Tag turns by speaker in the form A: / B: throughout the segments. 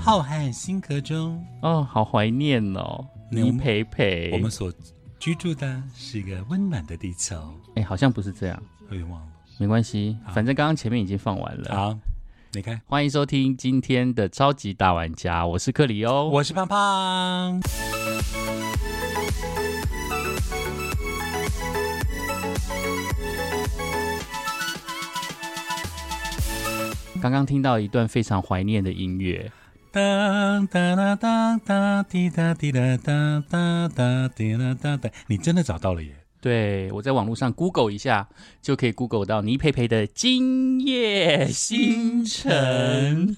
A: 浩瀚星河中，
B: 哦，好怀念哦，
A: 那
B: 倪
A: 我们
B: 培培。
A: 我们所居住的是一个温暖的地球。
B: 哎、好像不是这样，
A: 我也忘了。
B: 没关系，
A: 好
B: 反正刚刚前面已经放完了。
A: 好，你看，
B: 欢迎收听今天的超级大玩家，我是克里哦。
A: 我是胖胖。
B: 刚刚听到一段非常怀念的音乐，
A: 当当当当当滴答滴答当当当滴答当当，你真的找到了耶！
B: 对我在网络上 Google 一下，就可以 Google 到倪培培的《今夜星
A: 嗯
B: 辰》。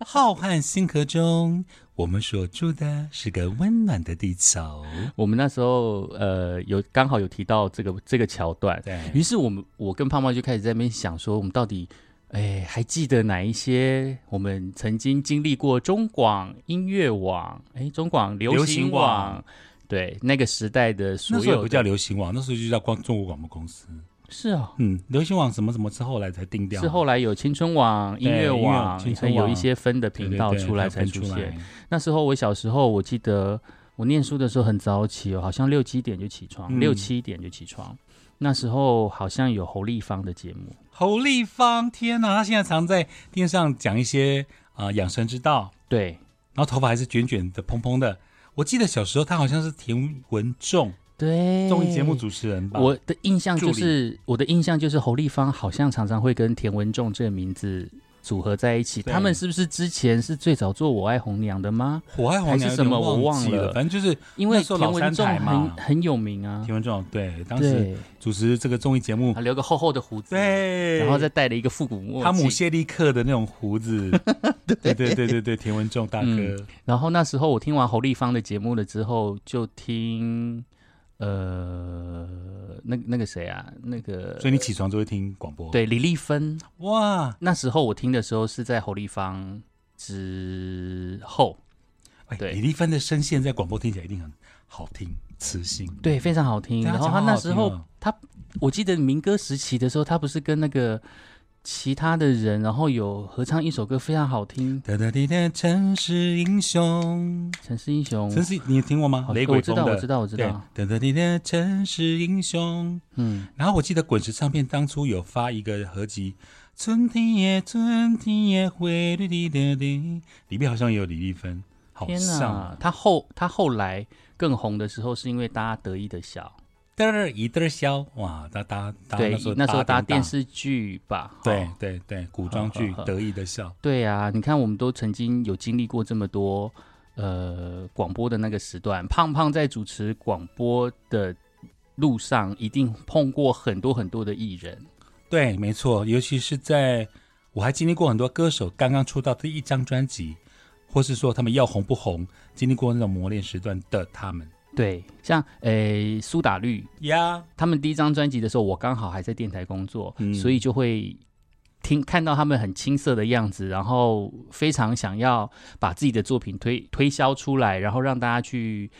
A: 浩瀚星河中，我们所住的是个温暖的地球。
B: 我们那时候呃有刚好有提到这个这个桥段，于
A: 对，
B: 是我们我跟胖胖就开始在那边想说，我们到底哎还记得哪一些我们曾经经历过中广音乐网，哎中广流
A: 流
B: 行
A: 行
B: 网
A: 网。
B: 对那个时代的所
A: 那时候也
B: 有
A: 不
B: 的
A: 叫流行网，那时候就叫光中国广播公司。
B: 是哦，
A: 嗯，流行网什么什么之后来才定掉，
B: 是后来有青春网、音
A: 对
B: 乐
A: 音乐
B: 网，
A: 青
B: 还
A: 春
B: 有一
A: 网
B: 些分的
A: 对
B: 频道出来才
A: 对
B: 出。
A: 对
B: 现
A: 对。
B: 那时候我小时候，我记得我念书的时候很早起哦，好像六七点就起床，
A: 嗯
B: 六七点就起床。那时候好像有侯丽芳的节目，
A: 侯丽芳，天哪，她现在常在电视上讲一些啊、呃养生之道，
B: 对
A: 然后头发还是卷卷的、蓬蓬的。我记得小时候她好像是田文仲
B: 对，
A: 综艺节目。主持人吧，
B: 我的印象就
A: 助理
B: 是，我的印象就是侯丽芳好像常常会跟田文仲这个名字组合在一起。
A: 对
B: 他们是不是之前是最早做《我爱红娘》的吗？
A: 我爱黄
B: 还
A: 娘有点
B: 是什么我
A: 记
B: 忘了
A: 反正就是
B: 因为
A: 那时候
B: 田
A: 老
B: 文
A: 三
B: 仲
A: 台
B: 很
A: 嘛
B: 很有名啊
A: 田，文仲，对，当时
B: 对，
A: 主持这个综艺节目
B: 啊，留个厚厚的胡子，
A: 对，
B: 然后再戴了一个复古墨镜。
A: 汤姆谢利克的那种胡 子，对对对对对，田文仲大哥，
B: 然后那时候我听完侯丽芳的节目了之后，就听呃那那个谁啊，那个
A: 所以你起床就会听广播，，
B: 对李丽芬。
A: 哇，
B: 那时候我听的时候是在侯丽芳之后，
A: 哎，
B: 对
A: 李丽芬的声线在广播听起来一定很好听，磁性，
B: 对，非常好听。
A: 对啊
B: 嗯然后
A: 讲
B: 她
A: 话
B: 那
A: 好
B: 时
A: 听
B: 候
A: 哦，
B: 我记得民歌时期的时候，她不是跟那个其他的人，然后有合唱一首歌，非常好听，
A: 哒哒滴哒，城市英雄，
B: 《城市英雄》
A: 城市你有听过吗
B: 好。？
A: 雷鬼
B: 哦我知
A: 风
B: 道，
A: 的，
B: 我知道，我知
A: 对
B: 道。，
A: 哒哒滴哒，城市英雄。
B: 嗯，
A: 然后我记得滚石唱片当初有发一个合集，《春天也春天也会绿滴滴滴》，里面好像也有李丽芬，好
B: 天
A: 像
B: 哪，她后她后来更红的时候，是因为大家得意的笑。
A: 嘚儿一嘚儿消，哇，哒哒哒，
B: 对，那时候搭
A: 搭
B: 电，视剧吧。
A: 对
B: 哦
A: 对对，古装剧
B: 呵呵呵
A: 得意的笑，
B: 对啊，你看我们都曾经有经历过这么多呃广播的那个时段。胖胖在主持广播的路上，一定碰过很多很多的艺人。
A: 对，没错，尤其是在我还经历过很多歌手刚刚出道第一张专辑，或是说他们要红不红，经历过那种磨练时段的他们
B: 对，像诶苏打绿
A: 呀，
B: 他们第一张专辑的时候，我刚好还在电台工作，
A: 嗯
B: 所以就会。听看到他们很青涩的样子，然后非常想要把自己的作品推推销出来，然后让大家去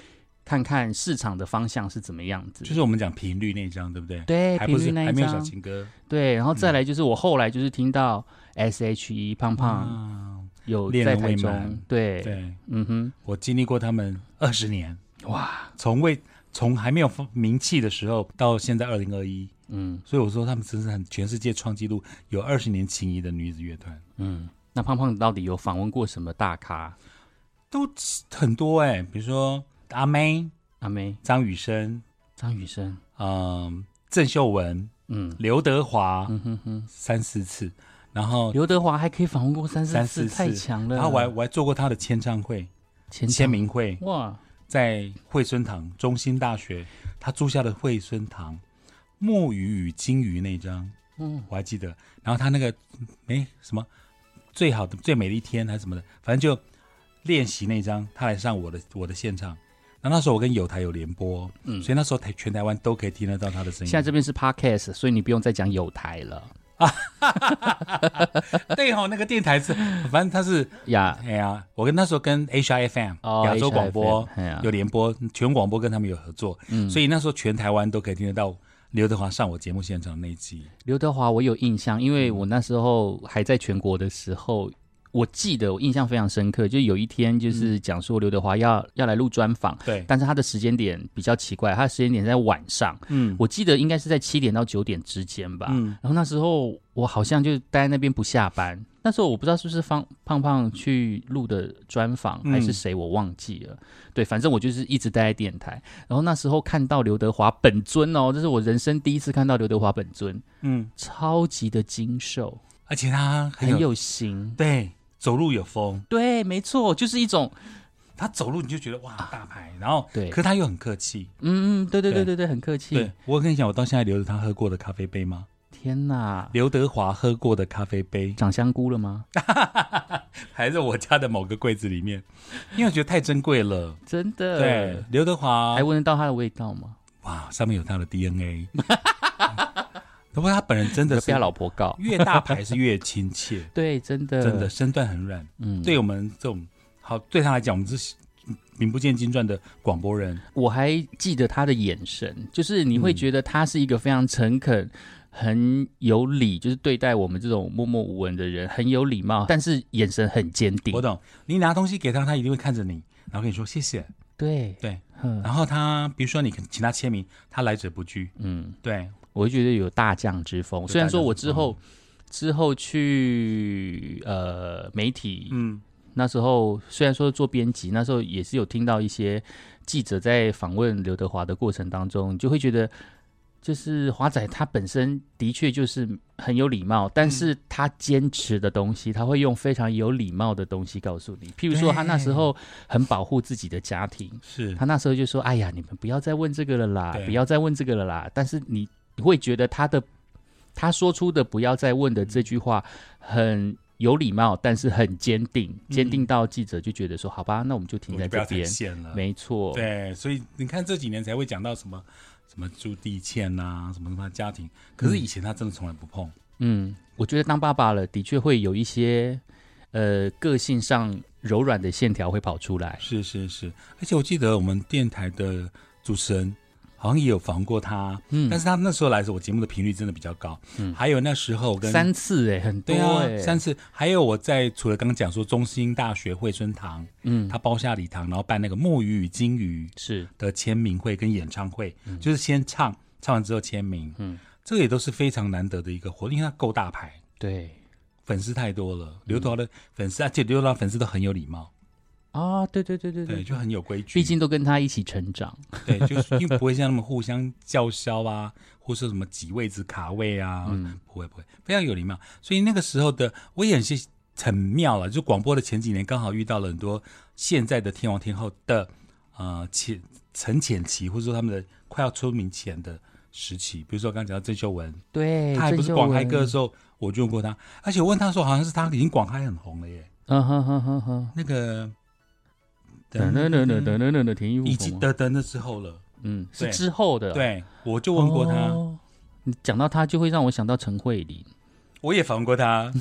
B: 看看市场的方向是怎么样子。
A: 就是我们讲频率那一张，对不对？
B: 对，
A: 还
B: 频
A: 不
B: 率
A: 是
B: 那一
A: 还没有小
B: 张
A: 情歌，
B: 对，然后
A: 嗯
B: 再来就是我后来就是听到 S.H.E 胖胖
A: 嗯，
B: 有
A: 恋
B: 在
A: 人
B: 台
A: 未
B: 中
A: 满，
B: 对，
A: 对
B: 嗯哼，
A: 我经历过他们二十年，
B: 哇，
A: 从未从还没有名气的时候到现在二零二一，
B: 嗯
A: 所以我说他们真是很全世界创纪录，有二十年情谊的女子乐团。
B: 嗯，那胖胖到底有访问过什么大咖？
A: 都很多哎、比如说阿妹、
B: 阿妹、
A: 张雨生，
B: 张雨生，
A: 嗯、郑秀文、
B: 嗯
A: 刘德华、
B: 嗯哼哼，
A: 三四次，然后
B: 刘德华还可以访问过三四
A: 三
B: 次，
A: 四
B: 太
A: 次
B: 强了。
A: 然后我还我还做过他的签唱会、
B: 签
A: 签
B: 唱
A: 名会，
B: 哇，
A: 在惠孙堂中心大学，他住下的惠孙堂，木鱼与金鱼那张
B: 嗯，
A: 我还记得，然后他那个没什么最好的最美的一天还是什么的，反正就练习那张，他来上我的我的现场。然后那时候我跟友台有联播，
B: 嗯
A: 所以那时候台全台湾都可以听得到他的声音。
B: 现在这边是 podcast，所以你不用再讲有台了
A: 对哦，那个电台是，反正他是
B: 呀。
A: 哎呀，我跟那时候跟 HR FM、
B: 哦，
A: 亚洲广播
B: HFM 哎呀
A: 有联播，全广播跟他们有合作，
B: 嗯
A: 所以那时候全台湾都可以听得到刘德华上我节目现场那一集。
B: 刘德华，我有印象，因为我那时候还在全国的时候，我记得我印象非常深刻，就有一天就是讲说刘德华要、要来录专访，
A: 对，
B: 但是他的时间点比较奇怪，他的时间点在晚上，
A: 嗯
B: 我记得应该是在七点到九点之间吧。
A: 嗯，
B: 然后那时候我好像就待在那边不下班。那时候我不知道是不是方胖胖去录的专访
A: 嗯
B: 还是谁，我忘记了。对，反正我就是一直待在电台。然后那时候看到刘德华本尊哦，这是我人生第一次看到刘德华本尊，
A: 嗯，
B: 超级的精瘦，
A: 而且他很
B: 很
A: 有
B: 有型。
A: 对，走路有风，
B: 对，没错，就是一种
A: 他走路你就觉得哇大牌，然后
B: 对
A: 可是他又很客气。
B: 嗯嗯，对对对
A: 对
B: 对对，很客气
A: 对。，我跟你讲，我到现在留着他喝过的咖啡杯吗？
B: 天哪，
A: 刘德华喝过的咖啡杯，
B: 长香菇了吗？
A: 还在我家的某个柜子里面，因为我觉得太珍贵了。
B: 真的。
A: 对，，刘德华
B: 还，闻得到它的味道吗？
A: 哇，上面有他的 DNA。不过他本人真的
B: 被
A: 是
B: 他老婆告。
A: 越大牌是越亲切，
B: 对，真的，
A: 真的，身段很软。
B: 嗯，
A: 对我们这种好，对他来讲，我们是名不见经传的广播人。
B: 我还记得他的眼神，就是你会觉得他是一个非常诚恳、很有理，就是对待我们这种默默无闻的人很有礼貌，但是眼神很坚定
A: 我。懂，你拿东西给他，他一定会看着你，然后跟你说谢谢。
B: 对
A: 对，
B: 嗯
A: 然后他比如说你请他签名，他来者不拒。
B: 嗯，
A: 对，
B: 我会觉得有大将之风。
A: 有
B: 虽然说
A: 大将
B: 我
A: 之
B: 之后之后去呃媒体，
A: 嗯，
B: 那时候虽然说做编辑，那时候也是有听到一些记者在访问刘德华的过程当中，你就会觉得，就是华仔他本身的确就是很有礼貌，但是他坚持的东西，他会用非常有礼貌的东西告诉你。譬如说，
A: 对
B: 他那时候很保护自己的家庭，
A: 是
B: 他那时候就说：“哎呀，你们不要再问这个了啦
A: 对，
B: 不要再问这个了啦。”但是你你会觉得他的他说出的“不要再问”的这句话很有礼貌，但是很坚定，坚定到记者就觉得说：“好吧，那我们就停
A: 我
B: 在
A: 就不要
B: 这
A: 再
B: 边。
A: 现”了。
B: 没错，
A: 对，所以你看这几年才会讲到什么什么朱棣倩呐、什么什么家庭，可是以前他真的从来不碰。
B: 嗯，我觉得当爸爸了，的确会有一些呃个性上柔软的线条会跑出来。
A: 是是是，而且我记得我们电台的主持人好像也有访问过他，
B: 嗯，
A: 但是他那时候来的时候，我节目的频率真的比较高。嗯，还有那时候我跟
B: 三次哎、很多
A: 对啊
B: 哎、，
A: 三次，还有我在除了刚刚讲说中兴大学惠春堂，
B: 嗯
A: 他包下礼堂，然后办那个木鱼与金鱼
B: 是
A: 的签名会跟演唱会，
B: 嗯
A: 就是先唱，唱完之后签名，嗯，这个也都是非常难得的一个活动，因为它够大牌，
B: 对
A: 粉丝太多了，刘德华的粉丝，而且刘德华粉丝都很有礼貌，
B: 啊，对对对对
A: 对，
B: 对，
A: 就很有规矩，
B: 毕竟都跟他一起成长。
A: 对，就是因为不会像他们互相叫嚣啊，或是什么挤位置卡位啊，
B: 嗯
A: 不会不会，非常有礼貌。所以那个时候的我也是很妙了，就广播的前几年刚好遇到了很多现在的天王天后的呃浅陈浅期，或者说他们的快要出名前的时期，比如说刚刚讲到郑秀文，
B: 对，
A: 她还不
B: 哎郑
A: 是
B: 秀
A: 广嗨
B: 文
A: 歌的时候，我就问过她，而且我问她说好像是她已经广嗨很红了耶，
B: 嗯哼哼哼哼，
A: 那个嗯
B: 等等等等等等等，田一
A: 已
B: 夫
A: 经
B: 吗
A: 得得那之后了，
B: 嗯，
A: 对
B: 是之后的，，
A: 对我就问过她。
B: 哦。你讲到他，就会让我想到陈慧琳，
A: 我也访问过 她，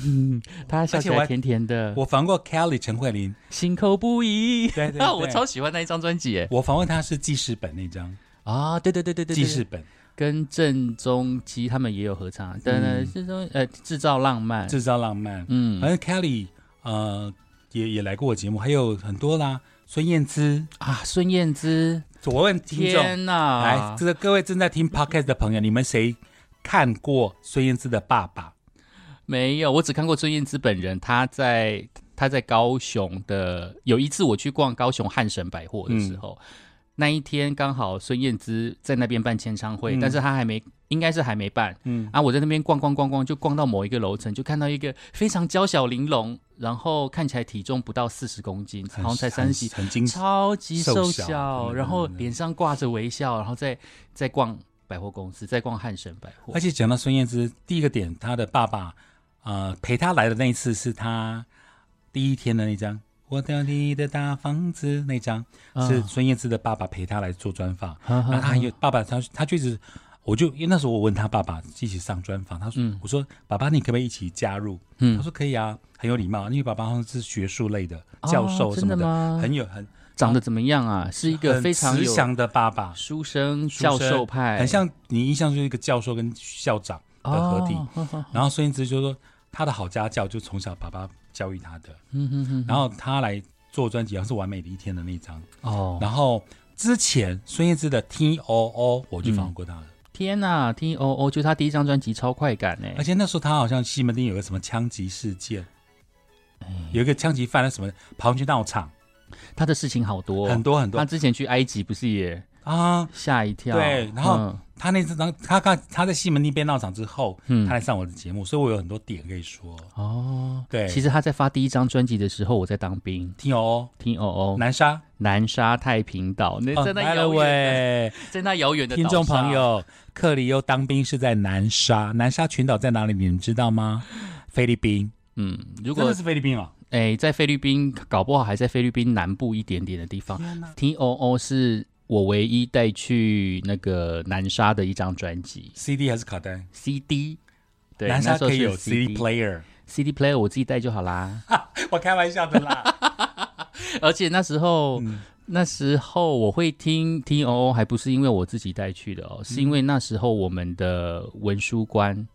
B: 她笑起
A: 而且我
B: 来
A: 还
B: 甜甜的，
A: 我访问过 Kelly 陈慧琳，
B: 心口不一。
A: 对 对对，
B: 啊，我超喜欢那一张专辑 耶！
A: 我访问她是记事本那张
B: 啊，对对对对对，对
A: 记事本
B: 跟郑中基他们也有合唱，等等，郑中呃制造浪
A: 嗯
B: 漫，
A: 制哎造浪漫，
B: 嗯
A: 反正 Kelly 呃也也来过我节目，还有很多啦，孙燕姿，
B: 啊，孙燕姿，
A: 我问听众，
B: 天哪，
A: 来，这个各位正在 听 podcast 的朋友，你们谁看过孙燕姿的爸爸？
B: 没有，我只看过孙燕姿本人，她在她在高雄的有一次我去逛高雄汉神百货的时候，
A: 嗯
B: 那一天刚好孙燕姿在那边办签唱会，
A: 嗯
B: 但是她还没，应该是还没办。
A: 嗯，
B: 啊，我在那边逛逛逛逛，就逛到某一个楼层，就看到一个非常娇小玲珑，然后看起来体重不到四十公斤，好像才三十几，
A: 曾经
B: 超级
A: 瘦
B: 瘦
A: 小
B: 小，
A: 嗯
B: 然后
A: 嗯嗯
B: 脸上挂着微笑，然后再再逛百货公司，再逛汉神百货
A: 而。且讲到孙燕姿，第一个点，她的爸爸，呃，陪她来的那一次是她第一天的那张《我的你的大房子》那张，
B: 啊
A: 是孙燕姿的爸爸陪她来做专访。
B: 哈
A: 然后
B: 哈
A: 她还有爸爸，他他就一直，我就因为那时候我问他爸爸一起上专访，他说、我说爸爸你可不可以一起加入？
B: 嗯
A: 他说可以啊，很有礼貌，因为爸爸好像是学术类的教授
B: 哦
A: 什么
B: 真的吗
A: 很有很
B: 长得怎么样啊？是一个
A: 很
B: 非常
A: 慈
B: 有
A: 祥的爸爸。
B: 书生
A: 书生
B: 教授派，
A: 很像你印象就是一个教授跟校长的合体，
B: 哦
A: 然后孙燕姿就说，他的好家教就从小爸爸教育他的，
B: 嗯
A: 然后他来做专辑，好像是《完美的一天》的那一张，
B: 哦，
A: 然后之前孙燕姿的 T O O 我去访问过他
B: 嗯
A: 了，
B: 天呐，T O O 就是他第一张专辑超快感哎、
A: 而且那时候他好像西门町有个什么枪击事件，
B: 嗯
A: 有一个枪击犯了什么跑进去闹场，
B: 他的事情好多、
A: 很多很多
B: 他之前去埃及不是也
A: 啊。
B: 吓一跳？
A: 对然后
B: 嗯
A: 他那次当他刚他在西门町被闹场之后，
B: 嗯
A: 他来上我的节目，所以我有很多点可以说。
B: 哦，
A: 对，
B: 其实他在发第一张专辑的时候，我在当兵。
A: T O O
B: T O O
A: 南沙，
B: 南沙太平岛，
A: 哦
B: 那在那遥远的，
A: 喂，
B: 在那遥远的
A: 听
B: 岛上
A: 众朋，友，克里又当兵是在南沙，南沙群岛在哪里？你们知道吗？菲律宾，
B: 嗯，
A: 真
B: 如果
A: 的是菲律宾哦。
B: 哎、在菲律宾，搞不好还在菲律宾南部一点点的地方。T O O 是我唯一带去那个南沙的一张专辑
A: CD 还是卡带？
B: C D，对，
A: 南
B: 那
A: 沙
B: 时候
A: 可以
B: 是
A: 有 CD player，
B: C D player 我自己带就好啦。
A: 我开玩笑的 啦。
B: 而且那时 候，
A: 嗯
B: 那时候我会听 T O O，还不是因为我自己带去的哦，是因
A: 嗯
B: 为那时候我们的文书官，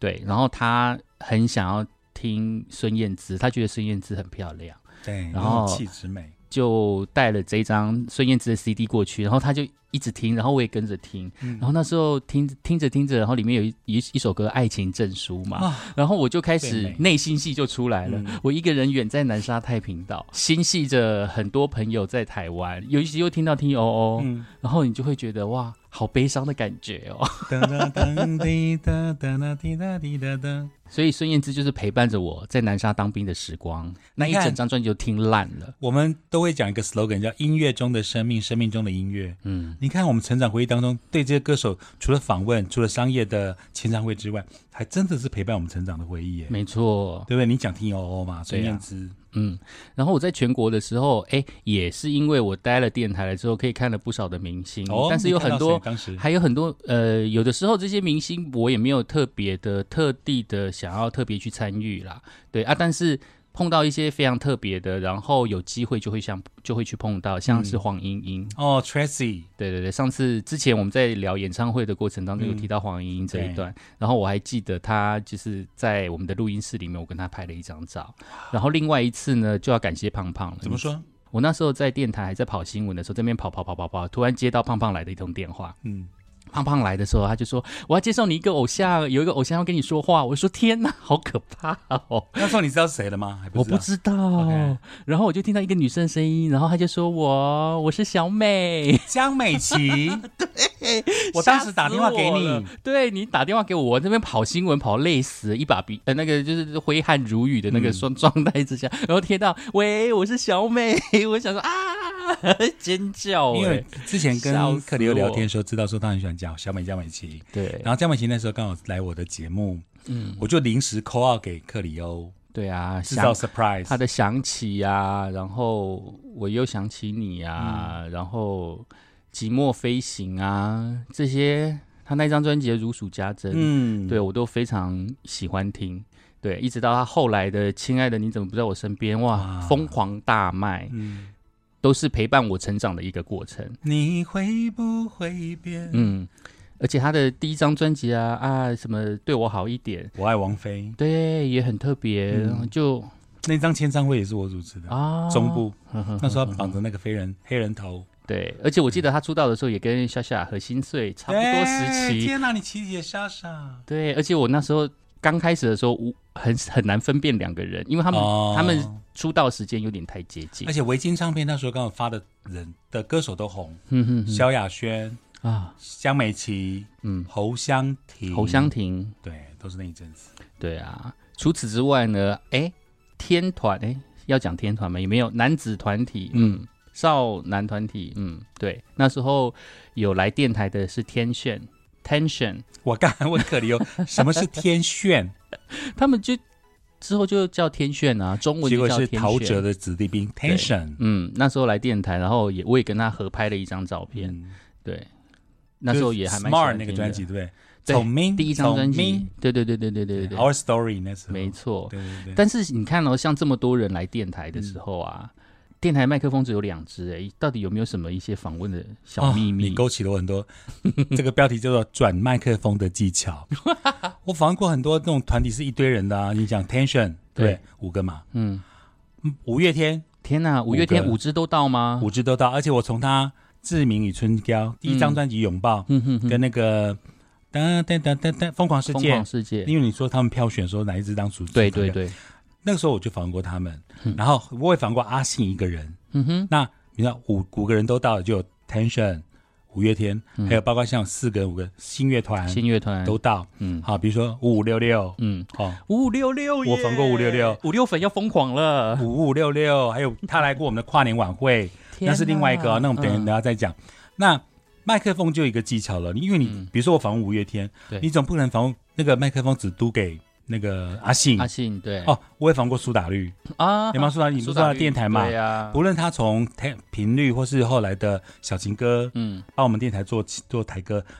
B: 对，然后他很想要听孙燕姿，他觉得孙燕姿很漂亮，
A: 对，
B: 然后
A: 那种气质美，
B: 就带了这张孙燕姿的 CD 过去，然后他就一直听，然后我也跟着听，
A: 嗯
B: 然后那时候听听着听着，然后里面有一一一首歌《爱情证书》嘛，
A: 啊
B: 然后我就开
A: 最
B: 始
A: 美
B: 内心戏就出来了。
A: 嗯
B: 我一个人远在南沙太平岛，心系着很多朋友在台湾，尤其又听到 T O O，、
A: 嗯，
B: 然后你就会觉得哇，好悲伤的感觉哦。
A: 噔噔噔滴哒哒哒滴哒滴哒哒。
B: 所以孙燕姿就是陪伴着我在南沙当兵的时光，那一
A: 你看
B: 整张专辑就听烂了。
A: 我们都会讲一个 slogan，叫“音乐中的生命，生命中的音乐”。
B: 嗯，
A: 你看，我们成长回忆当中，对这些歌手，除了访问，除了商业的签唱会之外，还真的是陪伴我们成长的回忆耶，
B: 没错，
A: 对不对？你讲听 O O 嘛，孙
B: 嗯对啊
A: 燕姿，
B: 嗯，然后我在全国的时候，哎，也是因为我待了电台了之后，可以看了不少的明星，
A: 哦，
B: 嗯但是有
A: 你看
B: 很
A: 到
B: 多
A: 谁当时
B: 还有很多呃，有的时候这些明星我也没有特别的、特地的想要特别去参与啦，对啊，但是碰到一些非常特别的，然后有机会就会像就会去碰到，像
A: 嗯
B: 是黄莺莺，
A: 哦，Tracy，
B: 对对对，上次之前我们在聊演唱会的过程当中
A: 嗯
B: 有提到黄莺莺这一段，然后我还记得她就是在我们的录音室里面，我跟她拍了一张照，然后另外一次呢就要感谢胖胖了，
A: 怎么？说？
B: 我那时候在电台还在跑新闻的时候，这边跑跑跑跑跑，突然接到胖胖来的一通电话。
A: 嗯，
B: 胖胖来的时候，他就说：“我要介绍你一个偶像，有一个偶像要跟你说话。”我说：“天哪，好可怕 哦！”
A: 那时候你知道谁了吗？还
B: 我
A: 不
B: 不
A: 知
B: 知道。
A: OK
B: 然后我就听到一个女生的声音，然后他就说我我是小美。
A: 道江美琪， 对， 我当时打电话给
B: 吓死我了
A: 你，
B: 对你打电话给我，我这边跑新闻跑累死，一把鼻呃那个就是挥汗如雨的那个状 状态之下，然后听到喂我是小美， 我想说啊尖叫、
A: 因为
B: 欸，
A: 之前
B: 吓
A: 跟
B: 死
A: 克里欧聊
B: 我
A: 天的时候，知道说他很喜欢讲小美江美琪，
B: 对
A: 然后江美琪那时候刚好来我的节目，嗯，我就临时 call out 给克里欧，
B: 对啊，
A: 制造
B: 想他
A: surprise。
B: 的想起呀、然后我又想起你啊，然后寂寞飞行啊这些，他那张专辑的如数家珍，
A: 嗯，
B: 对我都非常喜欢听。对，一直到他后来的《亲爱的你怎么不在我身边》哇，
A: 哇
B: 疯狂大卖，
A: 嗯，
B: 都是陪伴我成长的一个过程。
A: 你会不会变？
B: 嗯，而且他的第一张专辑啊啊，什么对我好一点，
A: 我爱王菲
B: 对，也很特别，就
A: 那张签唱会也是我主持的，
B: 啊，
A: 嗯中部
B: 呵呵
A: 那时候他绑着那个黑
B: 嗯
A: 人黑人头，
B: 对，而且我记得他出道的时候也跟夏夏和心碎差不多时
A: 对
B: 期，
A: 哎天哪，你琪姐莎莎，
B: 对，而且我那时候刚开始的时候，我很很难分辨两个人，因为他们、
A: 哦哎
B: 他们出道时间有点太接近
A: 而，且维京唱片那时候刚好发的人的歌手都红，
B: 嗯哼哼
A: 萧亚轩、
B: 啊，
A: 江美琪、
B: 嗯，
A: 侯湘婷、
B: 侯湘婷，
A: 对，都是那一阵子。
B: 对啊。除此之外呢，哎，天团，哎，要讲天团吗？也没有男子团体，嗯，少男团体，嗯，对，那时候有来电台的是天炫。Tension，
A: 我刚才问克里欧 什么是天炫，
B: 他们就之后就叫天炫啊，中文
A: 结
B: 就
A: 果
B: 叫
A: 是
B: 天炫。
A: 陶喆的子弟兵 Tension。
B: 嗯，那时候来电台，然后也我也跟他合拍了一张照片，
A: 嗯，
B: 对，那时候也还蛮喜
A: Smart
B: 欢
A: 那个
B: 听
A: 专
B: 的
A: 辑，对不对？
B: 对
A: 聪明，
B: 第一张专
A: 聪
B: 辑
A: 明，
B: 对对对对对对对对，
A: ，Our Story 那时候，
B: 没错。
A: 对对对。
B: 但是你看哦，像这么多人来电台的时候啊，电台麦克风只有两只，哎，到底有没有什么一些访问的小秘
A: 哦
B: 密？
A: 你勾起了我很多 这个标题叫做“转麦克风的技巧” 。 我访问过很多这种团体是一堆人的啊，你讲 Tension 对
B: 对
A: 五个嘛，
B: 嗯，
A: 嗯五月天
B: 天哪，五月
A: 五
B: 天
A: 个
B: 五支都到吗？
A: 五支都到，而且我从他《志明与春娇》第一张专辑《拥抱》
B: 嗯哼哼，
A: 跟那个噔噔噔噔噔疯狂世
B: 疯
A: 界
B: 狂，世界，
A: 因为你说他们票选说哪一支当主
B: 对对，对，
A: 那个时候我就访问过他们，然后我也访问过阿信一个人。
B: 嗯哼，
A: 那你看五五个人都到了，就有 Tension、五月天，还有包括像四个人、五个人新乐团
B: 嗯新乐团
A: 都到。
B: 嗯
A: 好，比如说五五六六，
B: 嗯
A: 好
B: 五五六六耶，
A: 我缝过566
B: 五六粉要疯狂了，
A: 五五六六，还有他来过我们的跨年晚会，那是另外一个、哦，那我们等一
B: 嗯
A: 等下再讲。那麦克风就有一个技巧了，因为你、比如说我访问五月天
B: 嗯对，
A: 你总不能访问那个麦克风只嘟给那个阿信
B: 阿信对
A: 哦，我也访问过苏打绿，
B: 啊
A: 有没有苏打绿？你不是说他电台嘛
B: 对？啊呀，
A: 不论他从台频率或是后来的小情歌，
B: 嗯，
A: 帮我们电台做做台歌，嗯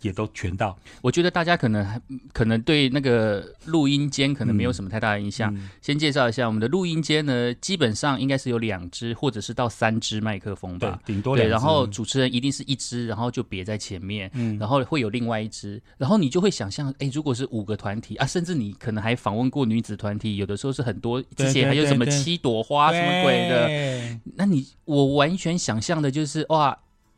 A: 也都全到。
B: 我觉得大家可能还嗯可能对那个录音间可能没有什么太大的印象。
A: 嗯
B: 先介绍一下我们的录音间呢，基本上应该是有两只或者是到三只麦克风
A: 对
B: 吧，。
A: 顶多
B: 对，
A: 两只。
B: 然后主持人一定是一只，然后就别在前面，
A: 嗯
B: 然后会有另外一只，然后你就会想象，哎，如果是五个团体啊，甚至你可能还访问过女子团体，有的时候是很多，
A: 对
B: 之前还有什么
A: 对对
B: 七朵花什么鬼的，
A: 的，
B: 那你我完全想象的就是哇，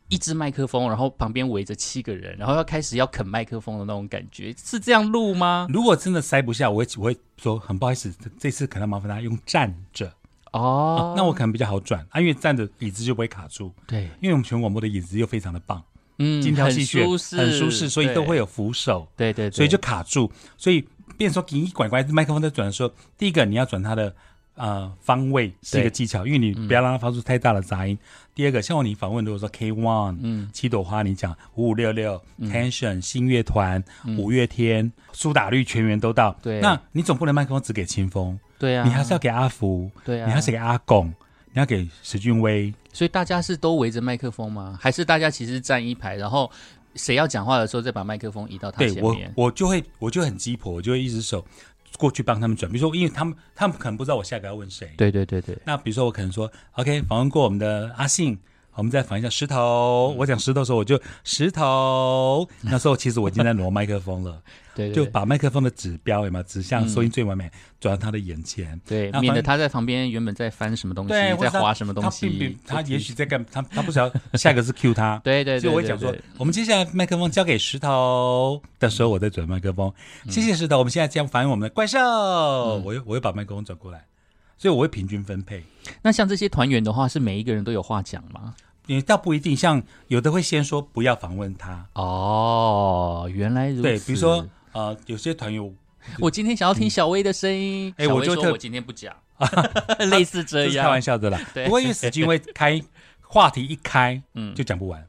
B: 一支麦克风，然后旁边围着七个人，然后要开始要啃麦克风的那种感觉，是这样录吗？
A: 如果真的塞不下，我会我会说很不好意思，这这次可能麻烦大家用站着、
B: 哦，
A: 啊，那我可能比较好转啊，因为站着椅子就不会卡住，
B: 对，
A: 因为我们全广播的椅子又非常的棒，
B: 嗯，
A: 精挑
B: 很
A: 细选，
B: 舒适，
A: 很舒适，所以都会
B: 有，
A: 有扶手，
B: 对对对，
A: 所以就卡住，所以变成说你一拐拐麦克风在转的时候，第一个你要转它的。呃，方位是一个
B: 对
A: 技巧，因为你不要让它发出太大的杂音。第二个，像我你访问，如果说 K One，
B: 嗯
A: 七朵花，你讲五五六六、Tension、新乐团、五月天、苏打绿全员都到。
B: 嗯对
A: 那你总不能麦克风只给清风，
B: 对啊，
A: 你还是要给阿福，
B: 对啊，
A: 你还是给阿拱，你要给石俊威。
B: 所以大家是都围着麦克风吗？还是大家其实站一排，然后谁要讲话的时候再把麦克风移到他
A: 对
B: 前
A: 我，
B: 面？
A: 我就会我就很鸡婆，我就会一只手过去帮他们转。比如说，因为他们他们可能不知道我下一个要问谁。
B: 对对对对，
A: 那比如说，我可能说 OK，访问过我们的阿信。我们再访一下石头，我讲石头的时候，我就石头。那时候其实我已经在挪麦克风了，
B: 对嗯对
A: 就
B: 对
A: 把麦克风的指标有没有指向收音最完美，转到他的眼前。
B: 对，
A: 那
B: 免
A: 反
B: 得
A: 正
B: 他在旁边原本在翻什么东西，
A: 对，或者
B: 在
A: 他
B: 划什么东
A: 他并
B: 西
A: 并，他也许在干，他他不晓得下一个是 Q 他。
B: 对对对，
A: 所以我会
B: 对
A: 讲说
B: 对，
A: 我们接下来麦克风交给石头的时候，我再转麦克风。
B: 嗯
A: 谢谢石头，我们现在将反映我们的怪兽。我又我又把麦克风转过来，所以我会平均分配。
B: 那像这些团员的话，是每一个人都有话讲吗？
A: 你倒不一定，像有的会先说不要访问他，
B: 哦，原来如此。
A: 对，比如 说呃，有些团友
B: 我今天想要听小薇的声音，
A: 嗯哎
B: 小
A: 我
B: 薇
A: 就
B: 说
A: 特
B: 我今天 不讲， 类似这
A: 这是开
B: 样
A: 玩。笑的啦。
B: 对
A: 不过因为史军会开话题一开，
B: 嗯
A: 嗯，就讲不完，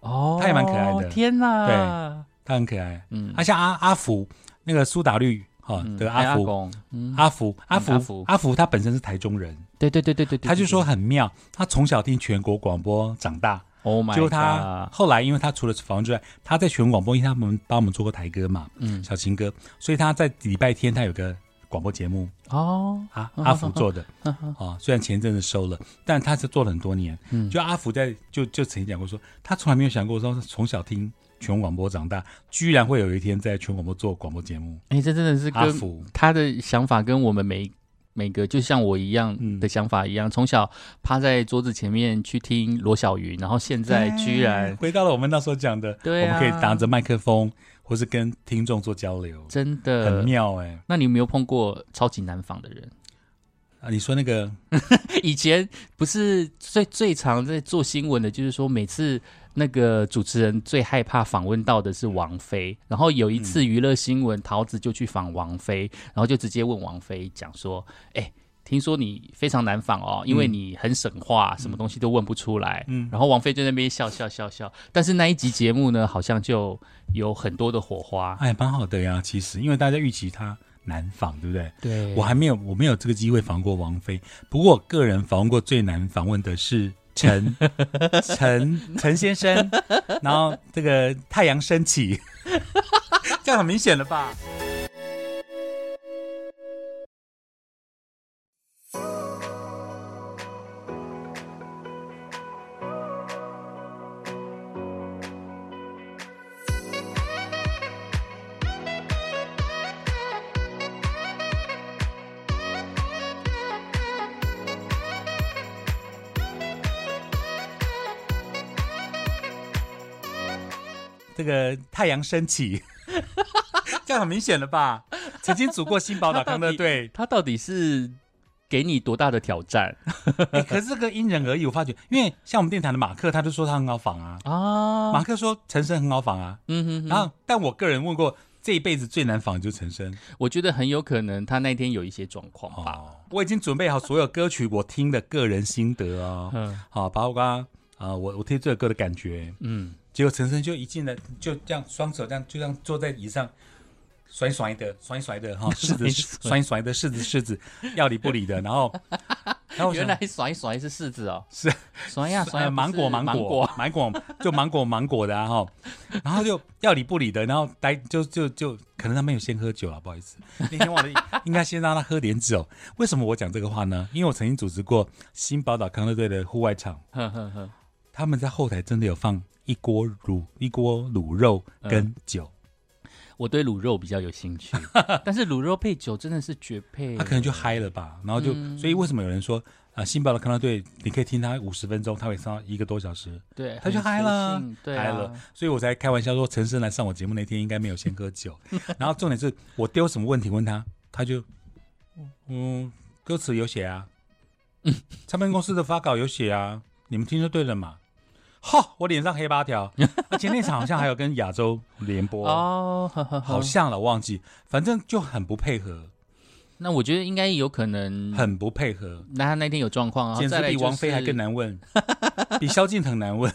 B: 哦，
A: 他也蛮可爱的
B: 天哪，
A: 他很可爱。
B: 对，嗯
A: 啊，像阿阿福那个苏打绿哈
B: 嗯
A: 的
B: 哎
A: 阿福，
B: 公，嗯，
A: 阿福阿
B: 阿
A: 福
B: 福
A: 阿福他本身是台中人，
B: 对对对对对，对
A: 他就说很妙，他从小听全国广播长大，
B: 对，Oh my，
A: 结果他后来因为他除了访问之外，他在全国广播，因为他们帮我们做过台歌嘛，
B: 嗯
A: 嗯，小情歌，所以他在礼拜天他有个广播节目，
B: God 哦，
A: 阿啊阿福做的
B: 呵呵
A: 啊，虽然前阵子收了，但他是做了很多年。
B: 嗯
A: 就阿福在就就曾经讲过说，他从来没有想过说从小听全广播长大，居然会有一天在全广播做广播节目。
B: 哎，这真的是
A: 阿
B: 跟
A: 福，
B: 他的想法跟我们每每个就像我一样
A: 嗯
B: 的想法一样，从小趴在桌子前面去听罗小云，然后现在居然
A: 哎回到了我们那时候讲的，
B: 对啊
A: 我们可以拿着麦克风，或是跟听众做交流，
B: 真
A: 很
B: 的。
A: 妙哎、
B: 那你有没有碰过超级难访的人？
A: 啊，你说那个
B: 以前不是最最常在做新闻的，就是说每次那个主持人最害怕访问到的是王菲，然后有一次娱乐新闻，桃子就去访王菲，然后就直接问王菲讲说：“哎、听说你非常难访哦，因为你很省话，什么东西都问不出来。”
A: 嗯
B: 然后王菲就在那边笑笑笑笑，但是那一集节目呢，好像就有很多的火花。
A: 哎，蛮好的呀，其实因为大家预期他难访，对不对？
B: 对
A: 我还没有，我没有这个机会访问过王菲。不过，我个人访问过最难访问的是 陈陈陈先生，然后这个太阳升起， 这样很明显了吧？这个太阳升起，这样很明显了吧？曾经组过新宝岛康乐队，
B: 他到底是给你多大的挑战
A: 哎可是这个因人而异。我发觉，因为像我们电台的马克，他就说他很好仿啊，
B: 啊？
A: 马克说陈升很好仿啊，
B: 嗯哼哼
A: 然后但我个人问过，这一辈子最难仿的就是陈升。
B: 我觉得很有可能他那天有一些状况吧。
A: 哦，我已经准备好所有歌曲我听的个人心得哦，
B: 嗯
A: 好，包括啊、呃我我听这首歌的感觉，
B: 嗯，
A: 结果陈升就一进来就这样双手这样就这样坐在椅上，甩甩的甩甩的 哈，柿子甩甩的柿子柿子，要理不理的，然后 然后我
B: 原
A: 想
B: 来甩甩是柿子哦，
A: 是
B: 甩呀甩呀
A: 呃
B: 不
A: 芒
B: 是
A: 果
B: 芒
A: 芒果芒果就芒果 芒果的啊哈，然后就要理不理的，然后待就就就可能他们有先喝酒啊了，不好意 思，那天忘了应该先让他喝点酒。为什么我讲这个话呢？因为我曾经组织过新宝岛康乐队的户外场，
B: 呵呵呵，
A: 他们在后台真的有放一锅卤一锅卤肉跟酒，
B: 我对卤肉比较有兴 趣，但是卤肉配酒真的是绝配。
A: 他可能就嗨了吧，然后就、
B: 嗯
A: 所以为什么有人说啊、呃新宝岛康乐队你可以听他五十分钟，他会上一个多小时，
B: 对，
A: 他就
B: 很
A: 嗨
B: 随
A: 了
B: 性对啊
A: 嗨了，所以我才开玩笑说陈升来上我节目那天应该没有先喝 酒。然后重点是我丢什么问题问他，他就嗯，歌词有写啊，
B: 嗯
A: 唱片公司的发稿有写啊，你们听就对了嘛。哈，我脸上黑八 条，而且那场好像还有跟亚洲联播，
B: 哦，呵呵呵
A: 好像了，我忘记，反正就很不配合，
B: 那我觉得应该有可能，
A: 很不配合，
B: 那他那天有状况啊，
A: 简
B: 嗯再
A: 直
B: 来
A: 比
B: 就是
A: 王菲还更。难 问，比萧敬腾难问。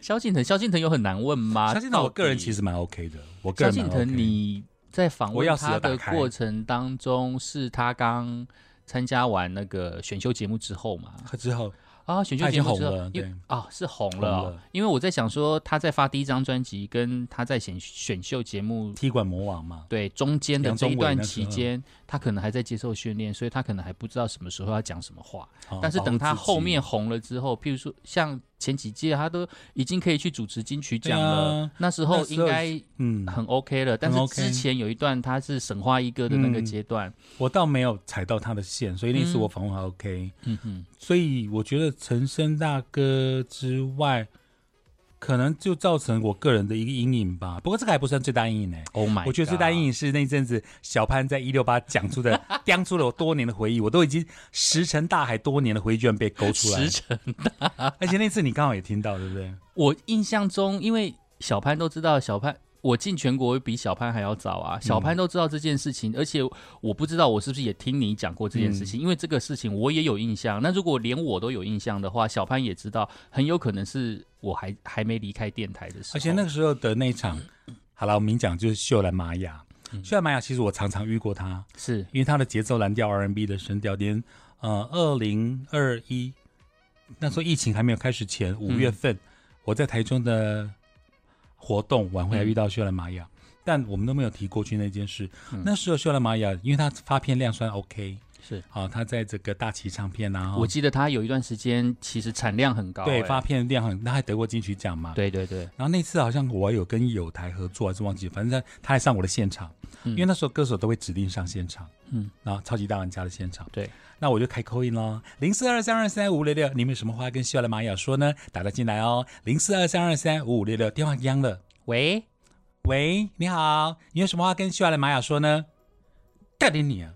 B: 萧敬腾，萧敬腾有很难问吗？
A: 萧敬腾，我个人其
B: 实，
A: 实蛮 OK 的，我个
B: 啊萧
A: 人
B: 敬
A: 蛮 OK
B: 腾你在访
A: 我
B: 问
A: 钥匙
B: 他
A: 有打
B: 的
A: 开
B: 过程当中，是他刚参加完那个选秀节目之后嘛？
A: 之后
B: 啊，选秀
A: 他已
B: 节
A: 经
B: 目
A: 红
B: 之后
A: 了，
B: 因
A: 对
B: 啊是红了哦、
A: 红了
B: 因为我在想说他在发第一张专辑跟他在选选秀节目
A: 踢馆魔王嘛，
B: 对中间的
A: 梁
B: 这
A: 宗
B: 一
A: 伟
B: 段
A: 那时
B: 期
A: 候
B: 间，他可能还在接受训练，所以他可能还不知道什么时候要讲什么话。
A: 哦
B: 但是等他
A: 保护自己
B: 后面红了之后，譬如说像前几届他都已经可以去主持金曲奖了，
A: 对啊
B: 那时候应该
A: 嗯，
B: 很 OK 了。但是
A: OK 嗯
B: 之前有一段他是神话一哥的那个阶段，
A: 我倒没有踩到他的线，所以那次我访问还 OK。
B: 嗯哼，
A: 所以我觉得陈升大哥之外，可能就造成我个人的一个阴影吧。不过这个还不算最大阴影呢、
B: ，Oh my，
A: 我觉得最大阴影是那一阵子小潘在一六八讲出 的，讲出了我多年的回忆，我都已经石沉大海多年的回忆居然被勾出来
B: 石，沉。
A: 而且那次你刚好也听到，对不对？
B: 我印象中，因为小潘都知道小潘。我进全国比小潘还要早
A: 嗯
B: 啊！小潘都知道这件事情，而且我不知道我是不是也听你讲过这件
A: 嗯
B: 事情，因为这个事情我也有印象。那如果连我都有印象的话，小潘也知道，很有可能是我还还没离开电台的时候。
A: 而且那个时候的那一场，好了，我明讲就是秀兰玛雅。
B: 嗯
A: 秀兰玛雅其实我常常遇过他，
B: 是
A: 因为他的节奏蓝调 R&B 的声调，连呃二零二一那时候疫情还没有开始
B: 嗯
A: 前，五月份、我在台中的活动晚会还遇到秀兰玛雅，
B: 嗯
A: 但我们都没有提过去那件事。那时候秀兰玛雅，因为她发片量算 OK，
B: 是，
A: 啊，她在这个大旗唱片啊，
B: 我记得他有一段时间其实产量很高、
A: 对
B: 哎
A: 发片量很，那还得过金曲奖嘛。
B: 对对对，
A: 然后那次好像我有跟友台合作，还是忘记，反正他他还上我的现场，
B: 嗯
A: 因为那时候歌手都会指定上现场，
B: 嗯
A: 嗯，然后超级大玩家的现场，
B: 对，
A: 那我就开口音喽，零四二三二三五六六，你们有什么话跟希望的玛雅说呢？打到进来哦，零四二三二三五五六六，电话央了，
B: 喂，
A: 喂，你好，你有什么话跟希望的玛雅说呢？带领你啊，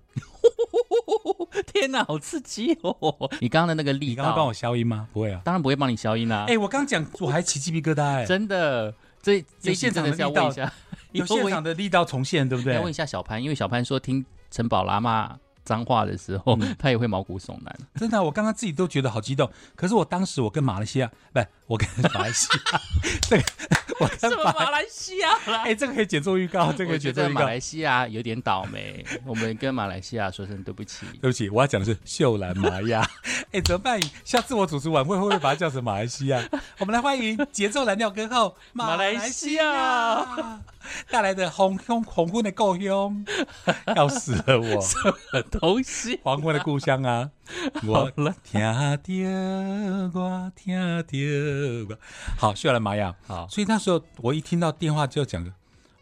B: 天哪，好刺激哦！你刚刚的那个力
A: 你刚刚帮
B: 道，
A: 我消音吗？不会啊，
B: 当然不会帮你消音啦、
A: 哎、我刚讲我还起鸡皮疙瘩哎、
B: 真的，这这一
A: 有
B: 集
A: 现
B: 真
A: 场
B: 的
A: 的
B: 是要
A: 力道
B: 问一下，
A: 有
B: 以后
A: 现
B: 我
A: 场的力道重现，对不对
B: 要？问一下小潘，因为小潘说听陈宝拉骂脏话的时候，
A: 嗯
B: 他也会毛骨悚然。
A: 真的啊、我刚刚自己都觉得好激动。可是我当时我跟马来西亚，啊不是我跟马来西亚， 这个我跟马，
B: 马来西亚 啦
A: 哎、？这个可以剪做预告，这个可
B: 我
A: 以
B: 觉
A: 剪做
B: 得
A: 预
B: 马
A: 告。
B: 来西亚有点倒霉，我们跟马来西亚说声对 不起。
A: 对不起，我要讲的是秀兰玛 雅。哎、怎么办？下次我主持晚会会不会把它叫成马来西亚？我们来欢迎节奏蓝调歌后
B: 马来西亚
A: 马来西亚带来的红胸红昏的故乡，要死了 我！
B: 东西
A: 黄昏的故乡啊，我
B: 了，
A: 听到我听到我，好，秀兰玛雅。
B: 好，
A: 所以那时候我一听到电话就讲，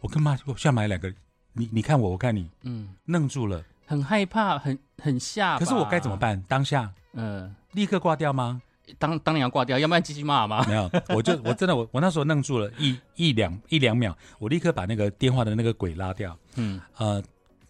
A: 我跟妈我下买两个，你你看我，我看你，
B: 嗯，
A: 愣住了。
B: 很害怕，很很吓。
A: 可是我该怎么？办？当下
B: 嗯，
A: 立刻挂掉吗？
B: 当当然要挂掉，要不然继续骂嘛。
A: 没有，我就我真的我我那时候愣住了一一两一两秒，我立刻把那个电话的那个鬼拉掉。
B: 嗯，
A: 呃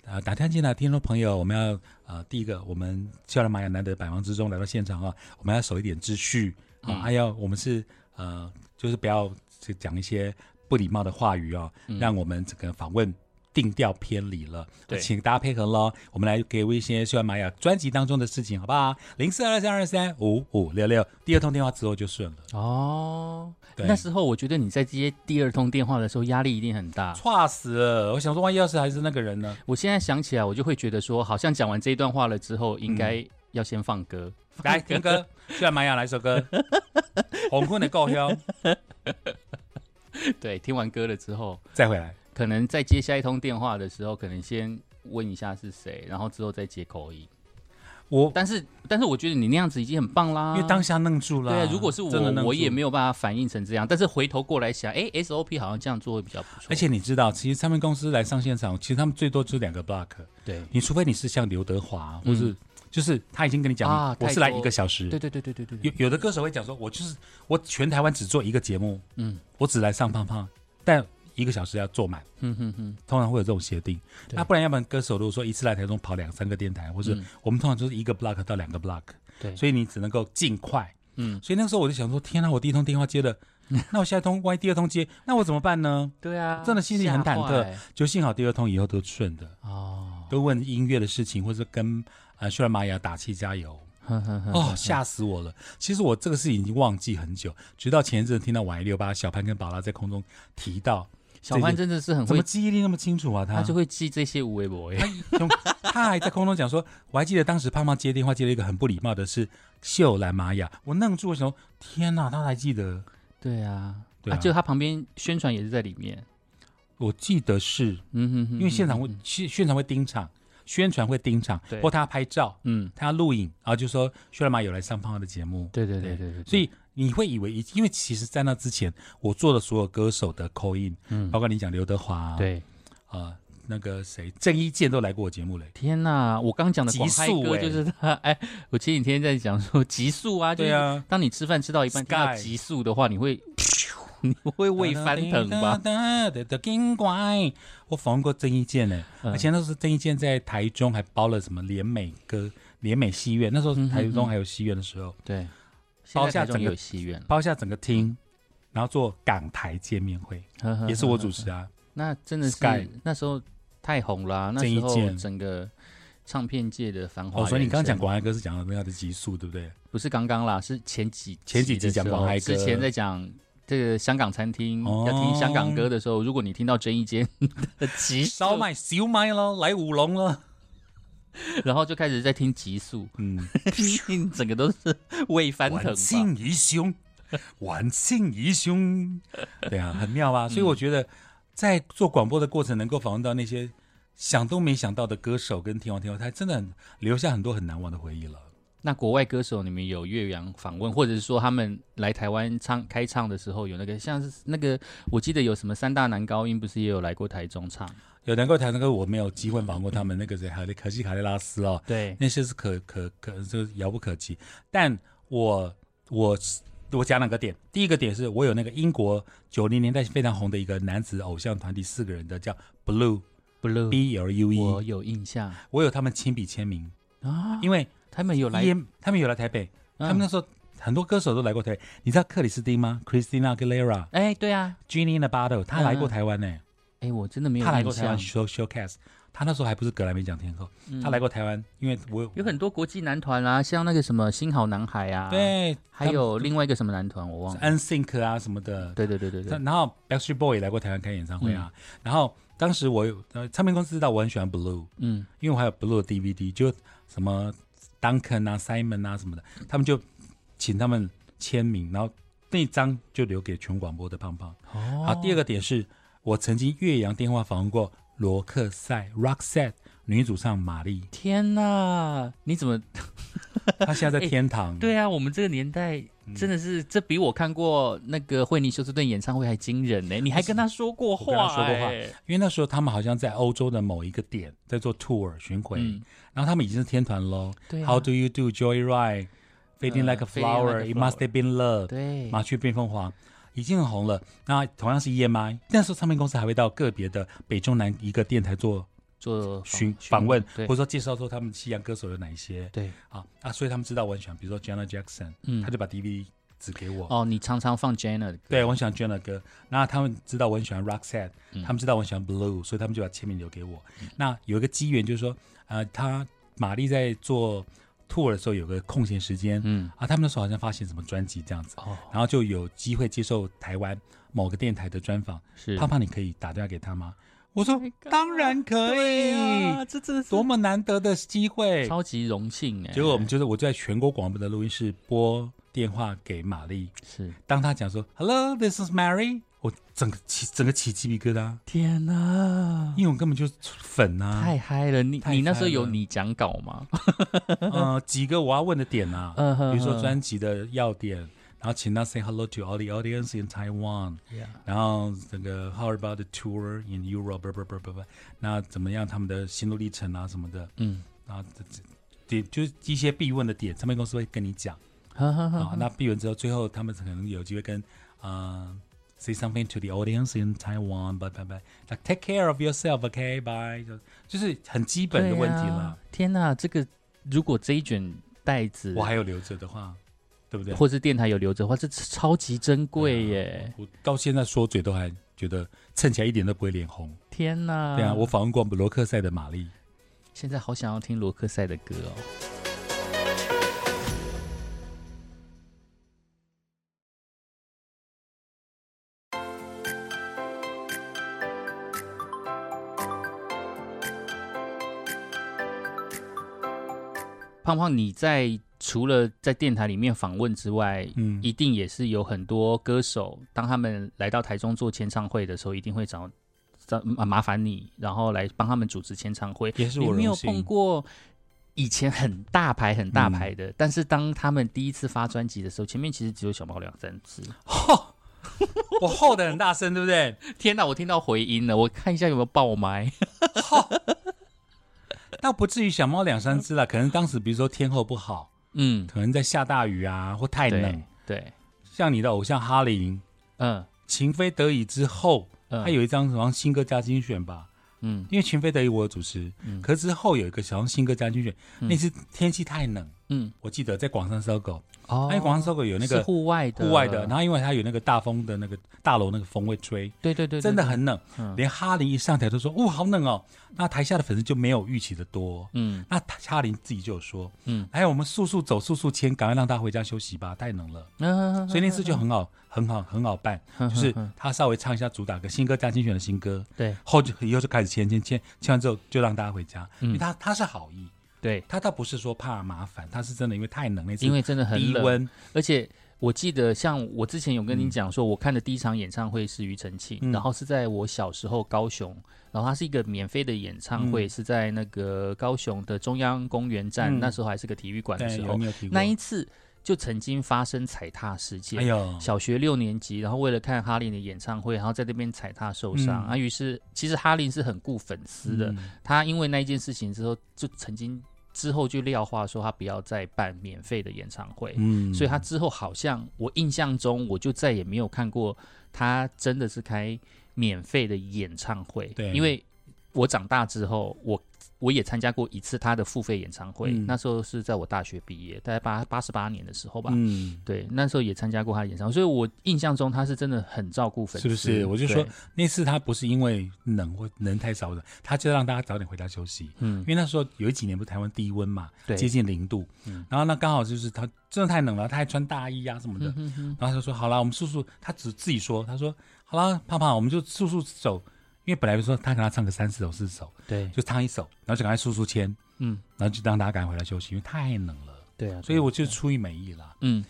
A: 呃，打探进来，听众朋友，我们要呃，第一个，我们虽然玛雅难得百忙之中来到现场啊，我们要守一点秩序啊，
B: 嗯
A: 还有我们是呃，就是不要去讲一些不礼貌的话语哦，让我们整个访问。定调偏离了，
B: 嗯
A: 呃
B: 对
A: 请大家配合喽。我们来给一些西班玛雅专辑当中的事情，好不好？零四二三二三五五六六，第二通电话之后就顺了。
B: 哦，
A: 对
B: 那时候我觉得你在接第二通电话的时候压力一定很大。
A: 差死了！我想说，万一要是还是那个人呢？
B: 我现在想起来，我就会觉得说，好像讲完这一段话了之后，应该
A: 嗯
B: 要先放歌。
A: 来，听歌，西班玛雅来首歌，红坤的故乡，
B: 对，听完歌了之后，
A: 再回来。
B: 可能在接下一通电话的时候，可能先问一下是谁，然后之后再接口音。
A: 我
B: 但是，但是我觉得你那样子已经很棒啦。
A: 因为当下愣住了、
B: 对啊，如果是
A: 真的
B: 我
A: 愣，住
B: 我也没有办法反应成这样。但是回头过来想，哎，SOP 好像这样做会比较不错。
A: 而且你知道，其实唱片公司来上现场，其实他们最多就是两个 block。
B: 对，
A: 你除非你是像刘德华，啊或是、就是他已经跟你讲，
B: 嗯啊
A: 我是
B: 太
A: 来
B: 多
A: 一个小时。
B: 对对对对对对
A: 有
B: 对，
A: 有的歌手会讲说，我就是我全台湾只做一个节目，
B: 嗯
A: 我只来上胖胖，但一个小时要做满。
B: 嗯哼哼，
A: 通常会有这种协定。
B: 对
A: 那不然，要不然歌手如果说一次来台中跑两三个电台，或者
B: 嗯
A: 我们通常就是一个 block 到两个 block，
B: 对，
A: 所以你只能够尽快。
B: 嗯，
A: 所以那个时候我就想说，天啊，我第一通电话接了，那我下一通万一第二通接，那我怎么办呢？
B: 对啊，
A: 真的心里很忐忑
B: 吓坏
A: 就幸好第二通以后都顺的，
B: 哦，
A: 都问音乐的事情，或者跟呃虽然玛雅打气加油。
B: 哼哼哼
A: 哦，吓死我了！其实我这个事情已经忘记很久，直到前一阵听到网一六八小潘跟宝拉在空中提到，
B: 小潘真的是很
A: 怎
B: 嗯会
A: 么，记忆力那么清楚啊？他
B: 他就会记这些无微博哎，
A: 兄他还在空中讲说，我还记得当时胖胖接电话接了一个很不礼貌的是秀兰玛雅，我愣住，我想说天哪，他还记得？
B: 对啊，
A: 对啊
B: 就他旁边宣传也是在里面，
A: 我记得是
B: 嗯哼哼哼，
A: 因为现场会宣宣传会盯场，宣传会盯场，
B: 对
A: 或他拍照，
B: 嗯，
A: 他录影，然后就说秀兰玛雅有来上胖胖的节目，
B: 对对对对对，对
A: 所以你会以为，因为其实，在那之前，我做的所有歌手的 call in，
B: 嗯
A: 包括你讲刘德华，
B: 对，
A: 啊、那个谁郑伊健都来过我节目嘞。
B: 天呐，我刚讲的
A: 极
B: 广嗨
A: 速
B: 歌
A: 欸
B: 就是他，哎，我前几天在讲说极速啊，就是
A: 对啊
B: 当你吃饭吃到一半
A: Sky
B: 听到极速的话，你会 你会胃翻腾吧？？
A: 的的金怪，我访问过郑伊健呢，
B: 嗯
A: 而且那时候郑伊健在台中还包了什么联美歌、联美戏院，那时候台中还有戏院的时候，
B: 对，现
A: 包
B: 在
A: 下
B: 台中
A: 整
B: 也有
A: 个
B: 戏院了，
A: 包下整个厅，然后做港台见面会，
B: 呵呵
A: 也是我
B: 呵
A: 主持啊。
B: 那真的是
A: Sky
B: 那时候太红了啊、那
A: 郑伊
B: 时候
A: 健
B: 整个唱片界的繁华人
A: 哦，
B: 生。
A: 所以你刚刚讲广爱歌是讲了那样的集数，对不对？
B: 不是刚刚啦，是前几
A: 前几集
B: 的时候
A: 讲广嗨歌
B: 之前在讲。这个香港餐厅、
A: 哦
B: 要听香港歌的时候，如果你听到郑伊健的 极速
A: 烧，麦、小麦了，来舞龙了，
B: 然后就开始在听极 速，
A: 嗯，
B: 你整个都是胃翻腾
A: 晚
B: 吧。
A: 清一兄，晚清一兄，对啊，很妙啊。所以我觉得，在做广播的过程，能够访问到那些想都没想到的歌手跟天王天后，他真的很留下很多很难忘的回忆了。
B: 那国外歌手你们有岳阳访问，或者是说他们来台湾唱开唱的时候有那个像是那个，我记得有什么三大男高音，不是也有来过台中唱？
A: 有能够谈那个，我没有机会访问过他们那个谁，还有可惜卡利拉斯哦，
B: 对，
A: 那些是可可可就是遥不可及。但我我我讲两个点，第一个点是我有那个英国九零年代非常红的一个男子偶像团体，四个人的叫 Blue
B: Blue，
A: B L U
B: 我
A: E，
B: 有印象
A: 我有他们亲笔签名，
B: 啊，
A: 因为
B: 他们有来，啊嗯
A: 也他们有来台北，他们那时候很多歌手都来过台北。你知道克里斯汀吗？Christina Aguilera、
B: 哎、对啊，
A: Gina Navarro，她来过台湾呢、
B: 哎、我真的没有
A: 她来过
B: 印
A: 台湾
B: 象。
A: show showcase。她那时候还不是格莱美奖天后，
B: 嗯
A: 她来过台湾，因为我
B: 有很多国际男团啦、啊像那个什么新好男孩啊，，
A: 对，
B: 还有另外一个什么男团我忘了，
A: NSYNC 啊什么的。
B: 对对对对
A: 她
B: 对，嗯
A: 然后 Backstreet Boy 也来过台湾开演唱会啊。然后当时我有呃，唱片公司知道我很喜欢 Blue，
B: 嗯，
A: 因为我还有 Blue 的 DVD，就什么 Duncan 啊、Simon 啊什么的，他们就请他们签名，然后那张就留给全广播的胖胖。
B: 哦
A: 好，第二个点是我曾经岳阳电话访问过罗克赛 （Roxette） 女主唱玛丽，
B: 天呐，你怎么？
A: 嗯她现在在天堂。
B: 哎对啊，我们这个年代
A: 嗯
B: 真的是，这比我看过那个惠妮休斯顿演唱会还惊人呢、你还跟他说过
A: 嗯
B: 话、
A: 我跟他说过话
B: 哎
A: 因为那时候他们好像在欧洲的某一个点在做 tour 巡回，
B: 嗯
A: 然后他们已经是天团喽。
B: 对啊
A: How do you do, Joyride？ Fading
B: 呃
A: Like a
B: Fading Like
A: Flower,
B: a
A: It Must Have Been Love，
B: 对，
A: 麻雀变凤凰已经很红了。那同样是 E EMI，那时候唱片公司还会到个别的北中南一个电台做
B: 做
A: 询访问，
B: 哦对
A: 或者说介绍说他们西洋歌手有哪一些
B: 对，
A: 啊啊，所以他们知道我很喜欢，比如说 Janet Jackson，
B: 嗯
A: 他，就把 DVD 指给我。
B: 哦，你常常放 Jenna 的歌，
A: 对，我很喜欢 Janet 的歌。那他们知道我很喜欢 Roxette，、
B: 嗯
A: 他们知道我很喜欢 Blue，所以他们就把签名留给我。那有一个机缘，就是说，呃，他玛丽在做 tour 的时候有个空闲时间、
B: 嗯，
A: 啊，他们那时候好像发行什么专辑这样子，
B: 哦，
A: 然后就有机会接受台湾某个电台的专访。
B: 是
A: 胖胖，你可以打电话给他吗？我说
B: my God，
A: 当然可以，
B: 啊，这真的是
A: 多么难得的机会。
B: 超级荣幸哎，
A: 结果我们就是我就在全国广播的录音室拨电话给玛丽，
B: 是
A: 当她讲说 “Hello, this is Mary”，我整个起整个起鸡皮疙瘩，
B: 天哪，
A: 因为我根本就是粉啊，
B: 太嗨了！你
A: 太
B: 你那时候
A: 嗨
B: 有
A: 了
B: 你讲稿吗？
A: 呃，几个我要问的点啊，
B: 嗯哼
A: 比如说
B: 哼
A: 专辑的要点，然后请她 say hello to all the audience in Taiwan，然后整个 How about the tour in Europe？不不不不不，那怎么样他们的心路历程啊什么的，
B: 嗯，
A: 然后这这点就是一些必问的点，唱片公司会跟你讲。
B: 哈哈
A: 啊
B: 哈，。
A: 那闭完之后，最后他们可能有机会跟呃 say something to the audience in Taiwan，拜拜拜，like take care of yourself，OK，bye，、就就是很基本的问题
B: 对
A: 了。
B: 啊。天哪，这个如果这一卷袋子
A: 我还有留着的话，对不对？
B: 或是电台有留着的话，这超级珍贵耶！
A: 我到现在说嘴都还觉得蹭起来一点都不会脸红。
B: 天哪，
A: 对啊，我访问过罗克赛的玛丽。
B: 现在好想要听罗克赛的歌哦。胖胖，你在除了在电台里面访问之外，
A: 嗯
B: 一定也是有很多歌手，当他们来到台中做签唱会的时候，一定会找找麻麻烦你，然后来帮他们主持签唱会。
A: 也是
B: 你
A: 我
B: 没有
A: 荣幸
B: 碰过以前很大牌、很大牌的，但是当他们第一次发专辑的时候，前面其实只有小猫两三只。
A: 我吼的很大声，对不对？
B: 天哪，我听到回音了，我看一下有没有爆麦。
A: 倒不至于小猫两三只啦，可能当时比如说天候不好，
B: 嗯，
A: 可能在下大雨啊，或太冷
B: 对。对，
A: 像你的偶像哈林，
B: 嗯
A: 情非得已之后，
B: 嗯，
A: 他有一张好像新歌加精选吧，
B: 嗯
A: 因为情非得已我有主持，
B: 嗯
A: 可是之后有一个好像新歌加精选，那次天气太冷，
B: 嗯
A: 我记得在广山搜狗，
B: 哦
A: 因为广山搜狗有那
B: 是
A: 个
B: 户外的
A: 户外的，然，后因为它有那个大风的那个大楼那个风会吹，
B: 对对对，对
A: 真的，很冷，
B: 嗯
A: 连哈林一上台都说哦好冷哦，那台下的粉丝就没有预期的多。
B: 嗯
A: 那他哈林自己就有说，
B: 嗯
A: 哎，我们速速走，速速签，赶快让他回家休息吧，太冷了。
B: 嗯，
A: 所以那次就很好，很好，很好办，
B: 嗯
A: 就是
B: 嗯嗯
A: 他稍微唱一下主打歌，新歌加精选的新歌，
B: 对
A: 后就以后就开始签签签，签完之后就让大家回家，
B: 嗯
A: 因为他他是好意，
B: 对，
A: 他倒不是说怕麻烦，他是真的因为太冷那次，
B: 因为真的很
A: 低
B: 冷，
A: 温，
B: 而且我记得，像我之前有跟你讲说，我看的第一场演唱会是庾澄庆，
A: 嗯
B: 然后是在我小时候高雄，然后它是一个免费的演唱会，是在那个高雄的中央公园站，
A: 嗯
B: 那时候还是个体育馆的
A: 对，
B: 时
A: 有
B: 候，
A: 你有提过
B: 那一次就曾经发生踩踏事件。
A: 哎呦，
B: 小学六年级，然后为了看哈林的演唱会，然后在那边踩踏受伤、
A: 嗯
B: 啊。于是，其实哈林是很顾粉丝的，
A: 嗯
B: 他因为那一件事情之后，就曾经之后就撂话说他不要再办免费的演唱会。
A: 嗯
B: 所以他之后好像我印象中，我就再也没有看过他真的是开免费的演唱会。
A: 对
B: 因为我长大之后，我我也参加过一次他的付费演唱会，
A: 嗯
B: 那时候是在我大学毕业，大概八八十八年的时候吧。
A: 嗯，
B: 对，那时候也参加过他的演唱会，所以我印象中他是真的很照顾粉
A: 是
B: 丝，
A: 不是我就
B: 对
A: 说，那次他不是因为冷或人太少了，他就让大家早点回家休息，
B: 嗯
A: 因，为那时候有几年不是台湾低温嘛，
B: 对
A: 接近零度，
B: 嗯
A: 然后呢刚好就是他真的太冷了，他还穿大衣啊什么的，
B: 嗯哼
A: 然后他就说好啦，我们速速，他只自己说，他说好啦，胖胖，我们就速速走，因为本来说他给他唱个三四首四首，
B: 对，
A: 就唱一首，然后就赶快速速签，
B: 嗯，
A: 然后就让大家赶快回来休息，因为太冷了，
B: 对啊，
A: 所以我就出于美意啦，
B: 嗯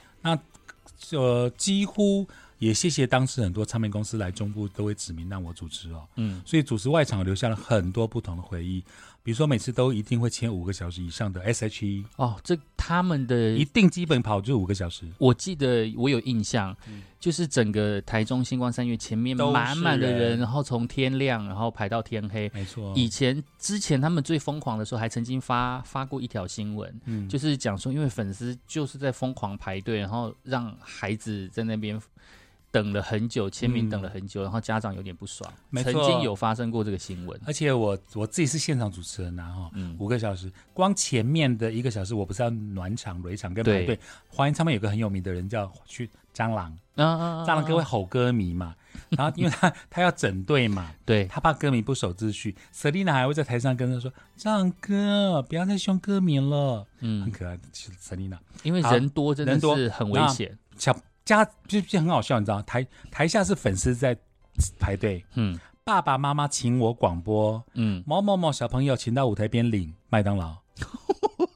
A: 呃，几乎也谢谢当时很多唱片公司来中部都会指名让我主持哦，
B: 嗯
A: 所以主持外场留下了很多不同的回忆，比比如说每次都一定会签五个小时以上的 SHE，
B: 哦，这他们的
A: 一定基本跑就是五个小时。
B: 我记得我有印象，就是整个台中星光三月前面
A: 嗯都是
B: 满满的人，
A: 人哦
B: 然后从天亮然后排到天黑。
A: 没错，
B: 以前之前他们最疯狂的时候，还曾经发发过一条新闻，
A: 嗯
B: 就是讲说，因为粉丝就是在疯狂排队，然后让孩子在那边等了很久，签名
A: 嗯
B: 等了很久，然后家长有点不爽。
A: 没
B: 曾
A: 错嗯
B: 经有发生过这个新闻。
A: 而且我我自己是现场主持人呐、啊、哈，
B: 嗯，
A: 五个小时，光前面的一个小时，我不是要暖场、蕊场跟排
B: 对
A: 队。华研唱片有个很有名的人叫去蟑螂，
B: 啊啊啊啊
A: 蟑螂哥会吼歌迷嘛，然后因为他他要整队嘛，
B: 对，
A: 他怕歌迷不守秩序，Selina 还会在台上跟他说：“蟑螂哥，不要再凶歌迷了。”很
B: 嗯，
A: 可爱的 Selina，
B: 因为
A: 好
B: 人多真的
A: 人多
B: 是很危
A: 那
B: 险。
A: 小家就就很好笑，你知道，台台下是粉丝在排队，
B: 嗯
A: 爸爸妈妈请我广播，
B: 嗯，
A: 某某某小朋友请到舞台边领麦当 劳，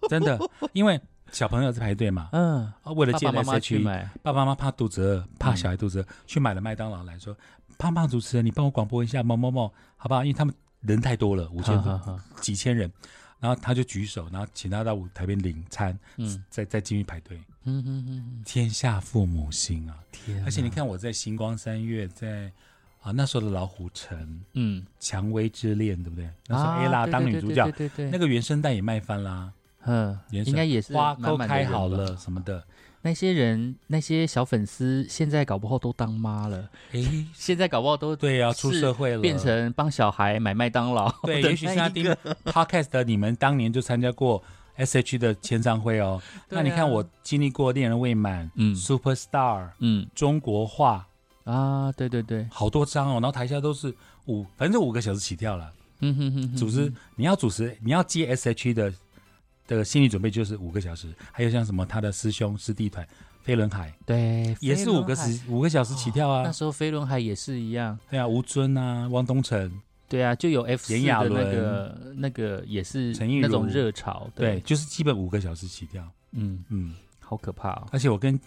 A: 真的，因为小朋友在排队嘛，
B: 嗯，
A: 啊为了
B: 爸
A: 见
B: 爸妈妈
A: S
B: 去
A: H，
B: 买，嗯
A: 爸爸妈妈怕肚子饿，怕小孩肚子饿，去买了麦当劳来说，胖胖主持人，你帮我广播一下某某某，好不好？因为他们人太多了，五千
B: 哈哈哈
A: 几千人，然后他就举手，然后请他到舞台边领餐，
B: 嗯
A: 再再进去排队。
B: 嗯嗯嗯，
A: 天下父母心啊！
B: 天
A: 而且你看我在星光三月，在啊那时候的老虎城。
B: 嗯，
A: 蔷薇之恋，对不对？那时候
B: 啊
A: ella
B: 对
A: 当
B: 对
A: 女
B: 对
A: 主
B: 对
A: 角，
B: 对对
A: 那
B: 对，
A: 个原声带也卖翻啦，
B: 嗯，
A: 原
B: 应该
A: 神
B: 也是
A: 花
B: 满
A: 都
B: 满的
A: 开
B: 人
A: 好了。什么的。
B: 那些人，那些小粉丝，现在搞不好都当妈 了，
A: 诶，
B: 现在搞不好都
A: 对啊，
B: 哎是
A: 出社会了，
B: 变成帮小孩买麦当劳
A: 对，
B: 的
A: 也许是
B: 那
A: 他
B: 一
A: 听
B: 个
A: podcast 的你们当年就参加过 SH 的签唱会哦。
B: 对
A: 那你
B: 啊
A: 看我经历过恋人未满、
B: 嗯
A: Superstar、
B: 嗯
A: 中国话，
B: 啊，对对对，
A: 好多张哦，然后台下都是五，反正五个小时起跳了。
B: 嗯哼哼哼，
A: 组织你要主持，你要接 SH 的的心理准备就是五个小时，还有像什么他的师兄师弟团飞轮海。
B: 对
A: 也是五个
B: 时
A: 时五个小时起跳啊
B: 哦那，时候飞轮海也是一样，
A: 对啊，吴尊啊，汪东城，
B: 对啊，就有 F 四
A: 炎亚
B: 的那
A: 纶
B: 个那个也是
A: 陈亦
B: 那种
A: 儒
B: 热潮，
A: 对，，就是基本五个小时起跳，
B: 嗯，
A: 嗯，
B: 好可怕哦，
A: 而且我跟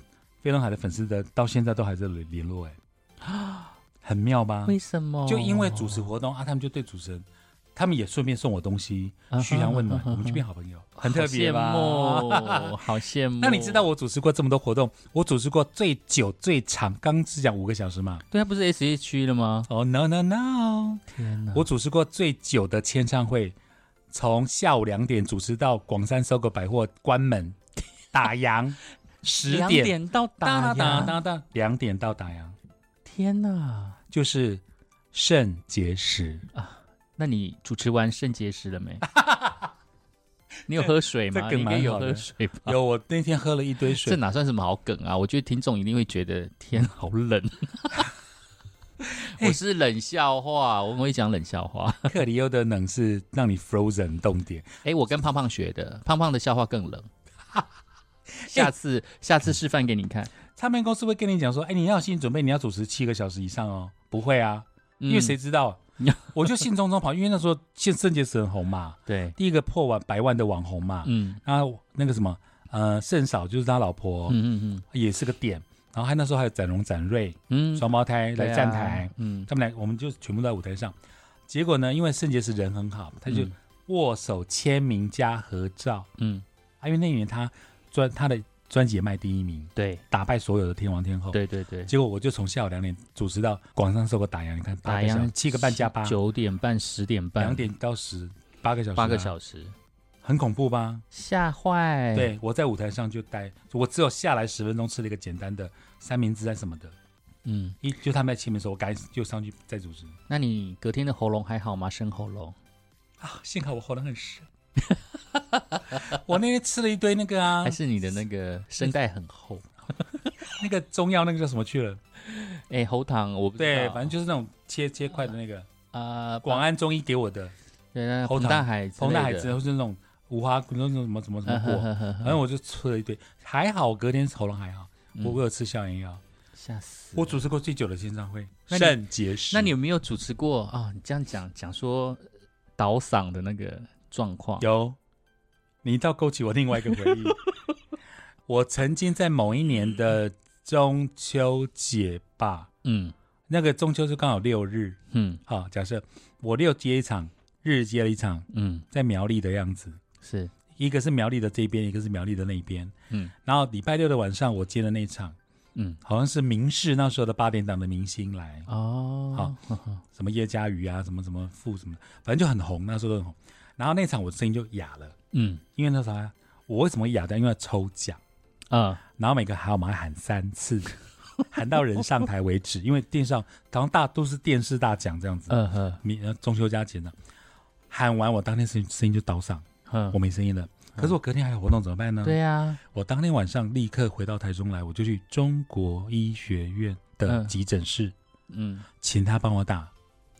A: 飞轮海的粉丝的到现在都还在联联络、哎， 很妙吧？
B: 为什么？
A: 就因为主持活动啊，他们就对主持人，他们也顺便送我东西，
B: 啊哈
A: 嘘寒问
B: 啊
A: 暖，
B: 哈
A: 我们就变好朋友，很特别吧？
B: 好羡哦慕，好羡慕。
A: 那你知道我主持过这么多活动，我主持过最久最长，刚是讲五个小时嘛？
B: 对他不是 S H E 了吗？
A: 哦、no no no，
B: 天哪！
A: 我主持过最久的签唱会，从下午两点主持到广山搜狗百货关门打烊，十
B: 两
A: 点
B: 点到
A: 哒
B: 打
A: 哒
B: 烊，
A: 哒哒，两点到打烊，
B: 天哪！
A: 就是肾结石。
B: 那你主持完肾结石了 没？你有喝水吗？
A: 这
B: 你
A: 梗
B: 应该
A: 蛮
B: 有
A: 好
B: 喝
A: 的
B: 水吧？
A: 有，我那天喝了一堆
B: 这
A: 水，
B: 哪算什么好梗啊？我觉得听众一定会觉得天 好冷。
A: 哎
B: 我是冷笑话，我会讲冷笑话。
A: 克里欧的冷是让你 frozen 冻点。
B: 哎，我跟胖胖学的，胖胖的笑 话更冷。下次下次示范给你看，
A: 唱片公司会跟你讲说，哎，你要有心理准备，你要主持七个小时以上哦。不会啊，因为
B: 嗯
A: 谁知 道？我就兴冲冲跑，因为那时候现肾结石很红嘛，
B: 对，
A: 第一个破万百万的网红嘛，
B: 嗯
A: 啊，那个什么，呃，盛嫂就是他老婆，
B: 嗯嗯
A: 也是个点。然后还那时候还有展荣、展瑞
B: 嗯嗯，
A: 双胞胎来站台，
B: 嗯，
A: 他们俩我们就全部都在舞台上。结果呢，因为圣杰是人很好，他就
B: 嗯
A: 握手签名加合照。
B: 嗯，
A: 啊，因为那一年他专他的专辑也卖第一名，
B: 对
A: 打败所有的天王天后。。
B: 对对对，
A: 结果哦我就从下午两点主持到广上收个打烊，你看八
B: 打
A: 个小
B: 烊
A: 时七个半加八，
B: 九点半、十点半、
A: 两点到十八个小时啊、
B: 八个小时，哎
A: 很恐怖吧？
B: 吓坏。，
A: 对，我在舞台上就待，我只有下来十分钟吃了一个简单的三明治啊什么的。
B: 嗯，
A: 一就他们在签名的时候，我赶紧就上去再主持。
B: 那你隔天的喉咙还好吗？生喉咙？
A: 啊，幸好我喉咙很 深。我那天吃了一堆那个啊
B: 还，是你的那个声带很厚？
A: 那个中药那个叫什么去了？
B: 哎，喉糖我不知道
A: 对，反正就是那种切切块的那个，
B: 啊，
A: 广安中医给我的，
B: 对那个
A: 喉
B: 彭
A: 糖
B: 大海之类的，嗯
A: 红大海之后是那种无花果，那种什么什么什么果，反正我就吃了一堆，还好我隔天喉咙还好，
B: 嗯
A: 我我有吃消炎药。
B: 吓死！
A: 我主持过最久的签唱会，
B: 那你
A: 肾结石。
B: 那你有没有主持过啊？你这样讲讲说倒嗓的那个状况？
A: 有，你一道勾起我另外一个回忆。 我曾经在某一年的中秋节吧，
B: 嗯
A: 那个中秋就刚好六日，
B: 嗯
A: 好、假设我六接一场，日接了一场
B: 嗯，
A: 在苗栗的样子，
B: 是，
A: 一个是苗栗的这边，一个是苗栗的那边。
B: 嗯
A: 然后礼拜六的晚上我接的那场，
B: 嗯，
A: 好像是明视那时候的八点档的明星来，
B: 哦，好，
A: 什么叶嘉瑜啊，什么什么傅什么的，反正就很红，那时候都很红。然后那场我声音就哑了，
B: 嗯
A: 因为那啥，我为什么哑掉？因为要抽奖，
B: 啊，
A: 然后每个号码喊三次， 喊到人上台为止。因为电视上好像大都是电视大奖这样子，
B: 嗯哼
A: 明、呃中秋佳节呢，喊完我当天声音声音就倒上，我
B: 哼，
A: 没声音了。可是我隔天还有活动怎么办呢？
B: 对啊呀，
A: 我当天晚上立刻回到台中来，我就去中国医学院的
B: 嗯
A: 急诊室，
B: 嗯，
A: 请他帮我打。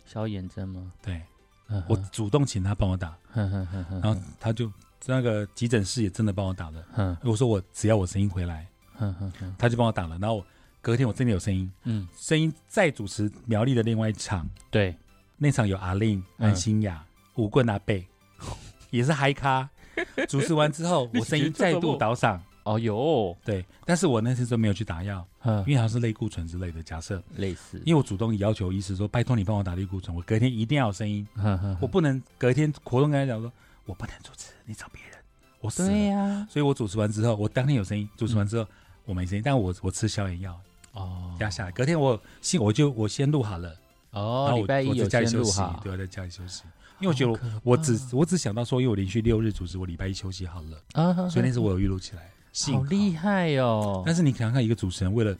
B: 消炎针吗？
A: 对
B: 嗯
A: 我
B: 哼
A: 主动请他帮我打，
B: 哼哼哼哼
A: 然后他就那个急诊室也真的帮我打了。
B: 哼
A: 我说我只要我声音回来，
B: 哼哼哼，
A: 他就帮我打了。然后我隔天我真的有声音，
B: 嗯，
A: 声音再主持苗栗的另外一场，
B: 对，
A: 那场有阿令、
B: 嗯
A: 安心雅、武棍阿贝， 也是嗨 咖。主持完之后，
B: 你
A: 我声音
B: 觉得
A: 再
B: 这
A: 度
B: 么
A: 倒嗓。
B: 哦哟，
A: 对，但是我那次都没有去打药，
B: 嗯
A: 因，为好像是类固醇之类的。假设
B: 类似，
A: 因为我主动要求医师说，拜托你帮我打类固醇，我隔天一定要有声音，
B: 哼哼
A: 我
B: 哼，
A: 不能隔天活动跟他讲说，我不能主持，你找别人，我死
B: 对
A: 了。
B: 呀，
A: 所以我主持完之后，我当天有声音，主持完之后、我没声音，但我我吃消炎药
B: 哦
A: 压下来，隔天我先我就我先录好了，啊然
B: 哦，
A: 后
B: 礼
A: 我
B: 拜一
A: 我在
B: 有
A: 家里
B: 先
A: 休
B: 录
A: 息，
B: 哈，
A: 对，我在家里休息，因为我觉得
B: 好
A: 我
B: 可
A: 我只
B: 怕
A: 我只想到说，因为我连续六日主持，我礼拜一休息好了，
B: 啊哼，
A: 所以那次
B: 哼
A: 我有预录起来，幸
B: 好厉
A: 害。
B: 害哦，
A: 但是你想想看，一个主持人为了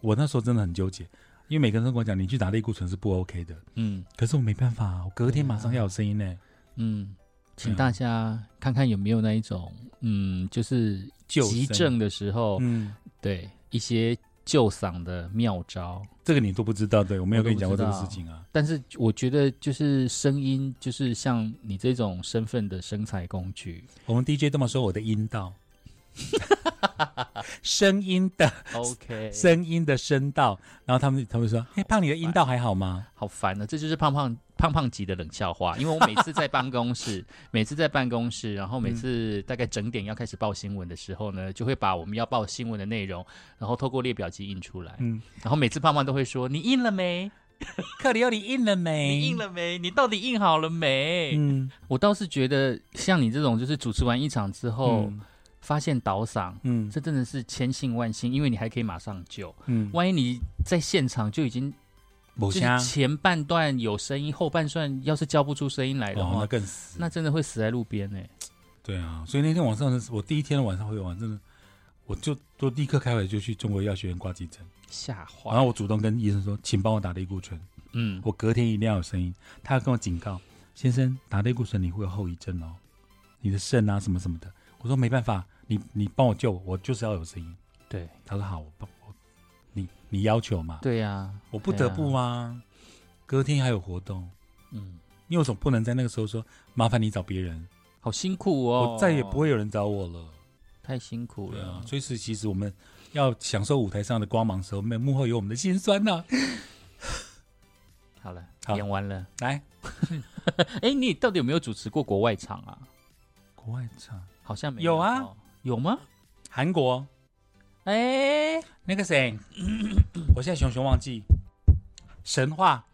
A: 我那时候真的很纠结，因为每个人都跟我讲，你去打类固醇是不 OK 的。
B: 嗯
A: 可是我没办法、啊，我隔天马上要有声音呢、
B: 嗯，
A: 对
B: 请
A: 啊
B: 大家看看有没有那一种，嗯，就是
A: 救
B: 急
A: 生
B: 症的时候，
A: 嗯，
B: 对一些救嗓的妙招。
A: 这个你都不知道，对我没有
B: 我都
A: 跟你讲过
B: 不
A: 这
B: 知
A: 个
B: 道
A: 事情啊。
B: 但是我觉得，就是声音，就是像你这种身份的生财 工具，
A: 我们 DJ 这么说，我的阴道， 声音的
B: OK，
A: 声音的声道，然后他们他们说，嘿，胖，你的阴道还好吗？
B: 好烦啊呢、这就是胖胖胖胖级的冷笑话。因为我每次在办公室， 每次在办公室，然后每次大概整点要开始报新闻的时候呢，就会把我们要报新闻的内容，然后透过列表机印出来。
A: 嗯，
B: 然后每次胖胖都会说：“你印了没？
A: 克里奥，你硬了没？
B: 你印。了没？你到底印好了没？”
A: 嗯，
B: 我倒是觉得，像你这种，就是主持完一场之后，
A: 嗯
B: 发现倒嗓，
A: 嗯
B: 哦这真的是千幸万幸，因为你还可以马上救。
A: 嗯，啊
B: 万一你在现场就已经
A: 某
B: 就
A: 虾
B: 是前半段有声音，后半段要是叫不出声音来的
A: 哦，
B: 话，
A: 那更死。
B: 那真的会死在路边呢、欸
A: 对啊，所以那天晚上，我第一天晚上会玩，真的，我就都立刻开回就去中国药学院挂急诊，
B: 吓
A: 然
B: 坏。
A: 后我主动跟医生说，请帮我打类固醇。
B: 嗯，
A: 我隔天一定要有声音。他跟我警告，先生，打类固醇你会有后遗症哦，你的肾啊什么什么的。我说没办法，你你帮我救我，我就是要有声音。
B: 对
A: 他说好，我帮我，你你要求嘛，
B: 对呀、
A: 我不得不
B: 对啊。
A: 啊。隔天还有活动，
B: 嗯，
A: 因为我总不能在那个时候说麻烦你找别人，
B: 好辛苦哦，
A: 我再也不会有人找我了。
B: 太辛苦
A: 对啊
B: 了，。
A: 所以是其实我们要享受舞台上的光芒的时候，那幕后有我们的辛酸呐、
B: 好了，
A: 好
B: 演完了。
A: 来，
B: 哎，你到底有没有主持过国外场啊？
A: 国外唱
B: 好像没
A: 有啊
B: 哦，有吗？
A: 韩国
B: 哎、
A: 那个谁，我现在熊熊忘记神话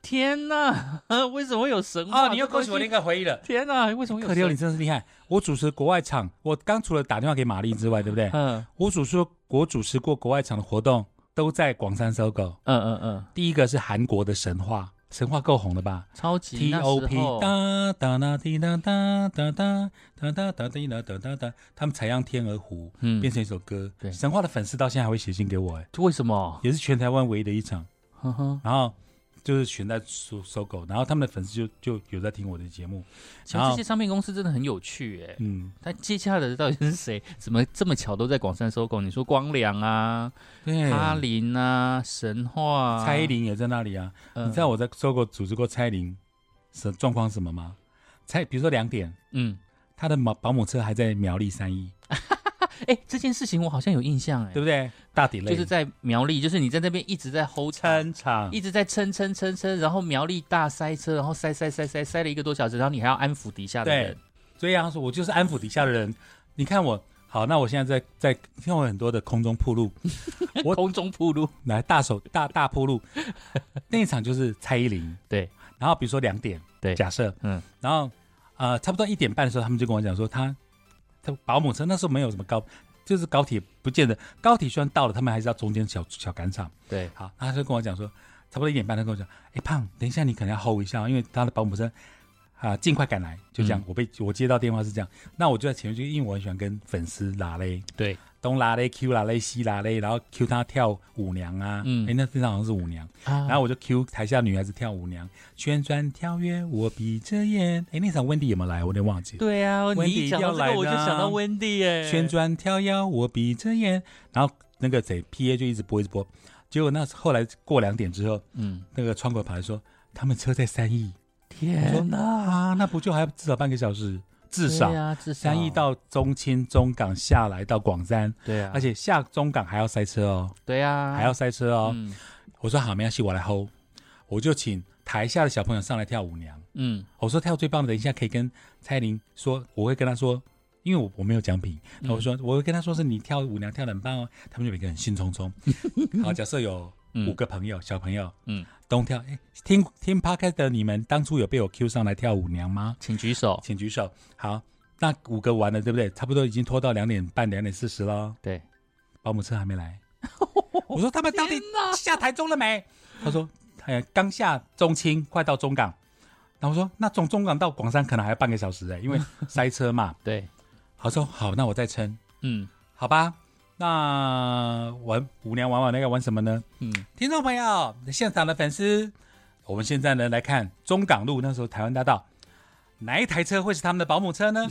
B: 天哪！ 为什么会有神话？
A: 哦，你又勾起我那
B: 个！
A: 个回忆了。
B: 天哪！为什么会有
A: 克里奥，你
B: 神？
A: 真是厉害！我主持国外场，我刚除了打电话给玛丽之外，对不对？
B: 嗯
A: 我主持我主持过国外场的活动，都在广山搜狗。
B: 嗯嗯嗯，
A: 第一个是韩国的神话，神话够红了吧
B: 超级
A: ？T
B: 那
A: O
B: 时
A: P
B: 候，
A: 哒哒哒滴哒哒哒哒哒哒哒滴哒哒哒哒，他们采样《天鹅湖》
B: 嗯
A: 变成一首歌。
B: 对
A: 神话的粉丝到现在还会写信给我，哎，
B: 为什么？
A: 也是全台湾唯一的一场。
B: 哼哼，
A: 然后就是选在搜搜狗，然后他们的粉丝就就有在听我的节目，
B: 其实
A: 然后
B: 这些唱片公司真的很有趣哎、
A: 嗯，
B: 他接洽的到底是谁？怎么这么巧都在广山收购？你说光良啊、
A: 对
B: 哈林啊、神话、
A: 嗯
B: 啊、
A: 蔡依，林也在那里啊。
B: 嗯
A: 你知道我在搜狗组织过蔡依林什状况是什么吗？蔡比如说两点，
B: 嗯，
A: 她的保保姆车还在苗栗三一，
B: 哎、这件事情我好像有印象哎、
A: 对不对？大底类
B: 就是在苗栗，就是你在那边一直在 hold
A: 撑场
B: 一直在撑撑撑撑，然后苗栗大塞车，然后塞塞塞塞塞了一个多小时，然后你还要安抚底下的
A: 对
B: 人。，
A: 所以他说我就是安抚底下的人。你看我好，那我现在在在因为我有很多的空中铺路，我
B: 空中铺路，
A: 来大手大大铺路，那一场就是蔡依林。
B: 对，
A: 然后比如说两点，
B: 对
A: 假设，
B: 嗯
A: 嗯，然后呃，差不多一点半的时候，他们就跟我讲说，他他保姆车那时候没有什么高，就是高铁不见得，高铁虽然到了，他们还是要中间小小赶场。
B: 对，
A: 好，然后他就跟我讲说，差不多一点半，他跟我讲，哎，胖，等一下你可能要 hold 一下哦，因为他的保姆车啊、尽快赶来，就这
B: 嗯
A: 样。我被我接到电话是这样，那我就在前面，就因为我很喜欢跟粉丝拉嘞，
B: 对，
A: 东拉嘞 Q 拉嘞西拉嘞，然后 Q 他跳舞娘啊，
B: 嗯
A: 嗯，哎，那身上好像是舞娘。
B: 啊
A: 然后我就 Q 台下女孩子跳舞娘，旋转跳跃，我闭着眼。哎，那场 Wendy 有没有来？我有点忘记。
B: 对啊，你一
A: Wendy
B: 讲到这
A: 要来
B: 个，我就
A: 的啊
B: 想到 Wendy 耶、
A: 旋转跳跃，我闭着眼。然后那个谁 PA 就一直播一直播，结果那后来过两点之后，
B: 嗯，
A: 那个窗口跑来说他们车在三亿，我说
B: 天哪，
A: 啊，那不就还要至少半个小时？至少
B: 对啊，至少
A: 三亿到中清中港下来到广山，
B: 对啊，
A: 而且下中港还要塞车哦，
B: 对啊，
A: 还要塞车哦。
B: 嗯
A: 我说好，没关系，我来 hold，我就请台下的小朋友上来跳舞娘。
B: 嗯
A: 我说跳最棒的，等一下可以跟蔡依林说，我会跟她说，因为我我没有奖品，然后我说我会跟她说是你跳舞娘跳的很棒哦，他们就每个人兴冲 冲。好，假设有
B: 嗯
A: 五个朋友，小朋友，
B: 嗯
A: 嗯，东跳，哎，听听 podcast 的你们，当初有被我 Q 上来跳舞娘吗？
B: 请举手，
A: 请举手。好，那五个完了，对不对？差不多已经拖到两点半、两点四十了，
B: 对，
A: 保姆车还没来。我说他们到底下台中了没？他说，哎，刚下中清，快到中港。然后我说，那从中港到广山可能还要半个小时哎、因为塞车嘛。
B: 对，
A: 好说好，那我再撑，
B: 嗯
A: 好吧？那玩五娘玩玩那个玩什么呢？
B: 嗯，
A: 听众朋友，现场的粉丝，我们现在呢来看中港路那时候台湾大道，哪一台车会是他们的保姆车呢？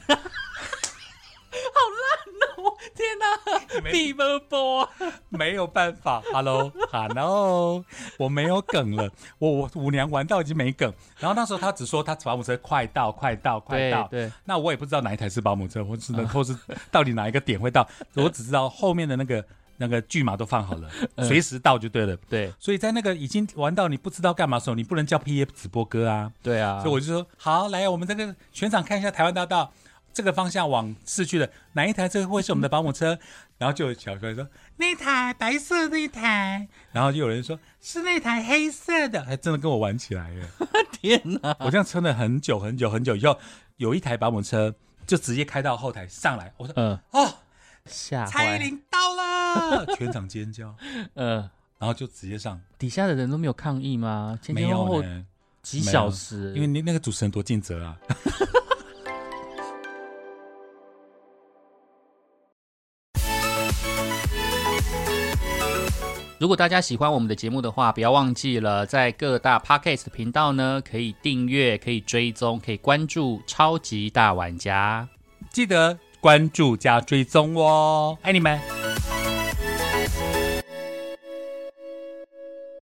B: 我天 哪，闭门播，啊
A: 没有办法，Hello Hello，我没有梗了，我我舞娘玩到已经没梗。然后那时候他只说他保姆车快到，快到，快
B: 对
A: 到。
B: 对，
A: 那我也不知道哪一台是保姆车，或 是或是到底哪一个点会到，我只知道后面的那个那个剧码都放 好了，
B: 嗯
A: 随时到就对了。
B: 对
A: 所以在那个已经玩到你不知道干嘛的时候，你不能叫 P F 直播歌啊。
B: 对啊，
A: 所以我就说好，来我们这个全场看一下台湾大道这个方向往市区的哪一台车会是我们的保姆车？然后就有小哥说那台白色那台，然后就有人说是那台黑色的，还真的跟我玩起来 耶！
B: 天哪，
A: 我这样撑了很久很久很久以后，有一台保姆车就直接开到后台上来，我说
B: 嗯，
A: 哦，
B: 吓
A: 蔡
B: 坏
A: 依，林到 了，全场尖叫，
B: 嗯。
A: 然后就直接 上，
B: 底下的人都没有抗议吗？前
A: 没
B: 前后
A: 有
B: 后
A: 呢，
B: 几
A: 没有
B: 小时，
A: 因为你那个主持人多尽责啊。
B: 如果大家喜欢我们的节目的话，不要忘记了在各大 podcast 的频道呢，可以订阅、可以追踪、可以关注“超级大玩家
A: 记得关注加追踪哦，爱你们，